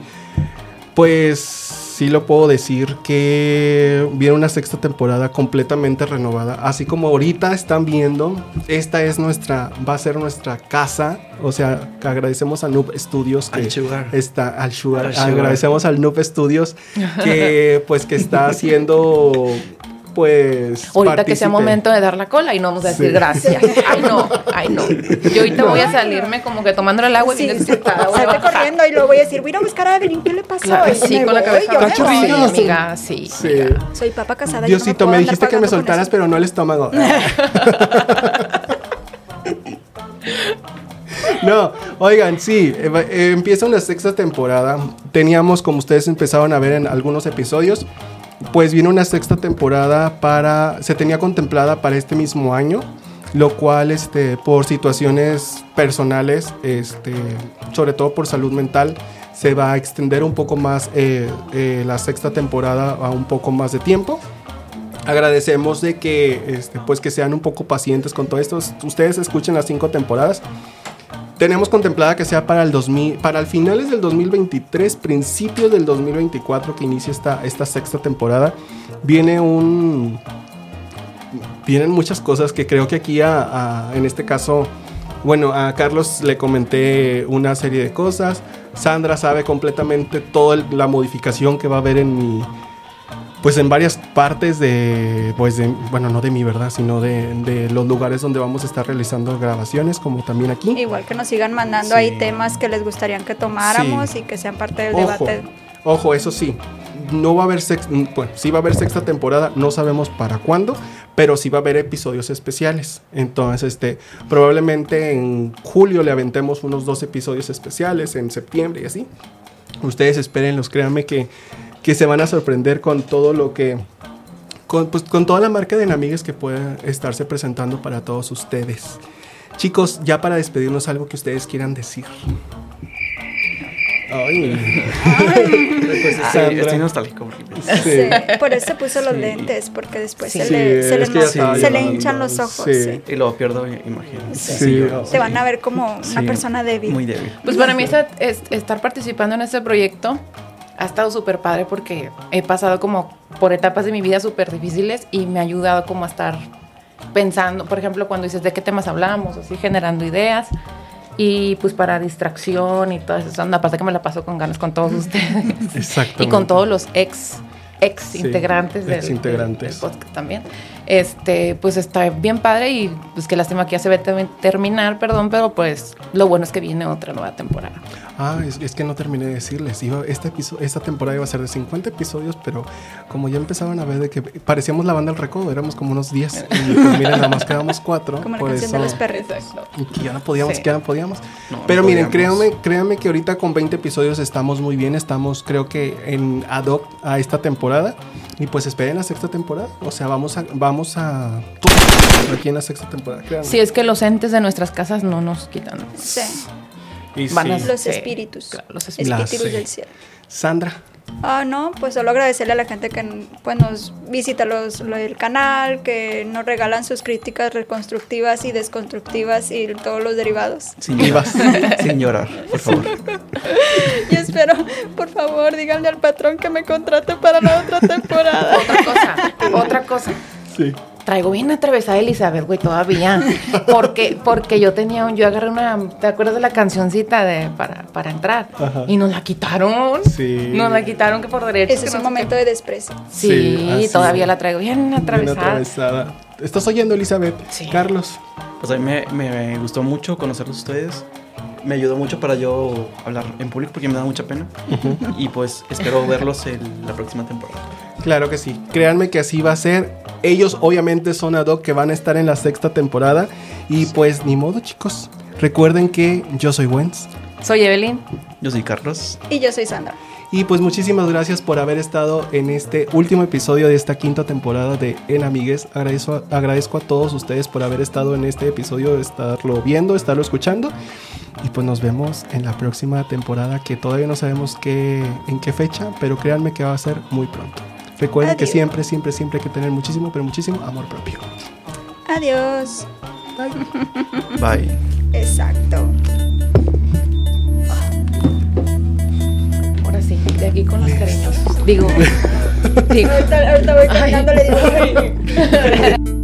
S1: pues sí lo puedo decir que viene una sexta temporada completamente renovada, así como ahorita están viendo, esta es nuestra va a ser nuestra casa, o sea, que agradecemos a Noob Studios que
S3: Al Sugar.
S1: está al Sugar,
S3: Al Sugar.
S1: agradecemos al Noob Studios que pues que está haciendo pues
S4: Ahorita que
S1: partícipe.
S4: sea momento de dar la cola y no vamos a decir
S1: Sí.
S4: gracias. Ay, no, ay, no. Yo ahorita voy a salirme como que tomando el agua y
S2: Sí,
S4: bien
S2: sí,
S4: despistada, voy a
S2: salte
S4: bajar.
S2: corriendo y luego voy a decir, voy a ir a buscar a Evelyn, ¿qué le pasó?
S4: Claro,
S2: Y
S4: sí,
S2: me
S4: con la
S2: voy,
S4: cabeza
S2: yo me
S4: abajo. Sí,
S1: Cachorrillos.
S2: voy.
S4: amiga, sí.
S1: Sí.
S4: amiga.
S2: Soy papá casada. yo no
S1: Diosito,
S2: puedo
S1: me
S2: andar
S1: dijiste que me
S2: pagando con
S1: soltaras,
S2: eso.
S1: pero no el estómago. No, oigan, sí, eh, va- eh, empieza una sexta temporada. Teníamos, como ustedes empezaron a ver en algunos episodios, pues viene una sexta temporada para, se tenía contemplada para este mismo año, lo cual, este, por situaciones personales, este, sobre todo por salud mental, se va a extender un poco más eh, eh, la sexta temporada a un poco más de tiempo agradecemos de que este, pues que sean un poco pacientes con todo esto. Ustedes escuchen las cinco temporadas. Tenemos contemplada que sea para el 2000, para el finales del 2023, principios del 2024 que inicia esta, esta sexta temporada. Viene un vienen muchas cosas que creo que aquí a- a- en este caso bueno, a Carlos le comenté una serie de cosas. Sandra sabe completamente toda el- la modificación que va a haber en mi, pues en varias partes de, pues de, bueno, no de mí, ¿verdad? Sino de, de los lugares donde vamos a estar realizando grabaciones, como también aquí.
S2: Igual que nos sigan mandando
S1: Sí.
S2: ahí temas que les gustaría que tomáramos y que sean parte del
S1: Ojo,
S2: debate.
S1: ojo, eso sí, no va a haber sexta, bueno, sí va a haber sexta temporada, no sabemos para cuándo, pero sí va a haber episodios especiales. Entonces, este, probablemente en julio le aventemos unos dos episodios especiales, en septiembre y así. Ustedes espérenlos, créanme que, que se van a sorprender con todo lo que... Con, pues, con toda la marca de Namigues que pueda estarse presentando para todos ustedes. Chicos, ya para despedirnos, algo que ustedes quieran decir. Ay. Pues,
S3: Estoy, Pues, estoy nostálgico. horrible.
S1: Sí.
S2: Sí, Por eso se puso los
S3: Sí.
S2: lentes, porque después
S4: Sí.
S2: se
S1: Sí,
S2: le, se le
S1: es que ya
S2: nota-
S1: estaba
S2: se le
S1: llorando.
S2: hinchan los ojos.
S1: Sí.
S2: sí.
S3: Y luego pierdo imagen.
S1: Sí.
S3: yo-
S2: Te van a ver como una
S3: Sí,
S2: persona débil.
S3: Muy débil.
S4: Pues para mí esa- es- estar participando en este proyecto ha estado súper padre porque he pasado como por etapas de mi vida súper difíciles y me ha ayudado como a estar pensando, por ejemplo, cuando dices de qué temas hablamos, así generando ideas y pues para distracción y todo eso. Aparte que me la paso con ganas con todos ustedes.
S1: Exacto.
S4: y con todos los ex ex
S1: Sí,
S4: integrantes del,
S1: exintegrantes.
S4: del- del podcast también este pues está bien padre y pues qué lástima que ya se ve tem- terminar perdón pero pues lo bueno es que viene otra nueva temporada
S1: Ah, es, es que no terminé de decirles. Iba, esta, episo- esta temporada iba a ser de 50 episodios, pero como ya empezaban a ver de que parecíamos la banda del recodo, éramos como unos 10. Y pues miren, nada más quedamos 4.
S2: Como la
S1: por
S2: canción de los
S1: eso.
S2: perritos.
S1: Que ya no podíamos,
S4: Sí.
S1: que ya no podíamos.
S3: No,
S1: Pero
S3: no
S1: miren,
S3: podíamos.
S1: créanme, créanme que ahorita con 20 episodios estamos muy bien, estamos creo que en ad hoc a esta temporada y pues esperen la sexta temporada, o sea, vamos a vamos a aquí en la sexta temporada, créanme.
S4: si es que los entes de nuestras casas no nos quitan
S2: Sí.
S1: Y
S4: van a-
S1: sí.
S2: Los
S4: Sí,
S2: espíritus.
S4: claro, los espíritus.
S1: La-
S2: espíritus
S1: sí.
S2: del cielo.
S1: Sandra,
S2: Ah, no, pues solo agradecerle a la gente que pues, nos visita los, lo del canal, que nos regalan sus críticas reconstructivas y desconstructivas y todos los derivados.
S3: Sin llorar. Sin llorar, por favor.
S2: Y espero, por favor, díganle al patrón que me contrate para la otra temporada.
S4: otra cosa otra cosa
S1: sí.
S4: Traigo bien atravesada a Elizabeth, güey, todavía. Porque, porque yo tenía un, yo agarré una, ¿te acuerdas de la cancioncita de para, para entrar?
S1: Ajá.
S4: Y nos la quitaron.
S1: Sí.
S4: Nos la quitaron que por derecho.
S2: Ese
S4: que
S2: es
S4: no
S2: un
S4: sé
S2: momento
S4: qué.
S2: de desprecio.
S4: Sí,
S1: Sí, así
S4: todavía
S1: es.
S4: la traigo bien
S1: Bien
S4: atravesada.
S1: atravesada. ¿Estás oyendo, Elizabeth?
S4: Sí.
S1: Carlos.
S3: Pues a mí me, me gustó mucho conocerlos a ustedes. Me ayudó mucho para yo hablar en público porque me da mucha pena. Y pues espero verlos en la próxima temporada.
S1: Claro que sí. Créanme que así va a ser. Ellos obviamente son ad hoc que van a estar en la sexta temporada. Y pues ni modo, chicos. Recuerden que yo soy Wens.
S4: Soy Evelyn.
S3: Yo soy Carlos.
S2: Y yo soy Sandra.
S1: Y pues muchísimas gracias por haber estado en este último episodio de esta quinta temporada de En Amigues. Agradezco, agradezco a todos ustedes por haber estado en este episodio, estarlo viendo, estarlo escuchando. Y pues nos vemos en la próxima temporada que todavía no sabemos qué, en qué fecha, pero créanme que va a ser muy pronto. Recuerden que
S2: Adiós.
S1: siempre, siempre, siempre hay que tener muchísimo, pero muchísimo amor propio.
S2: Adiós.
S3: Bye.
S2: Exacto.
S4: Ahora sí, de aquí con los cariños. Digo, digo.
S2: Ahorita, ahorita voy
S4: Ay.
S2: caminando, le digo.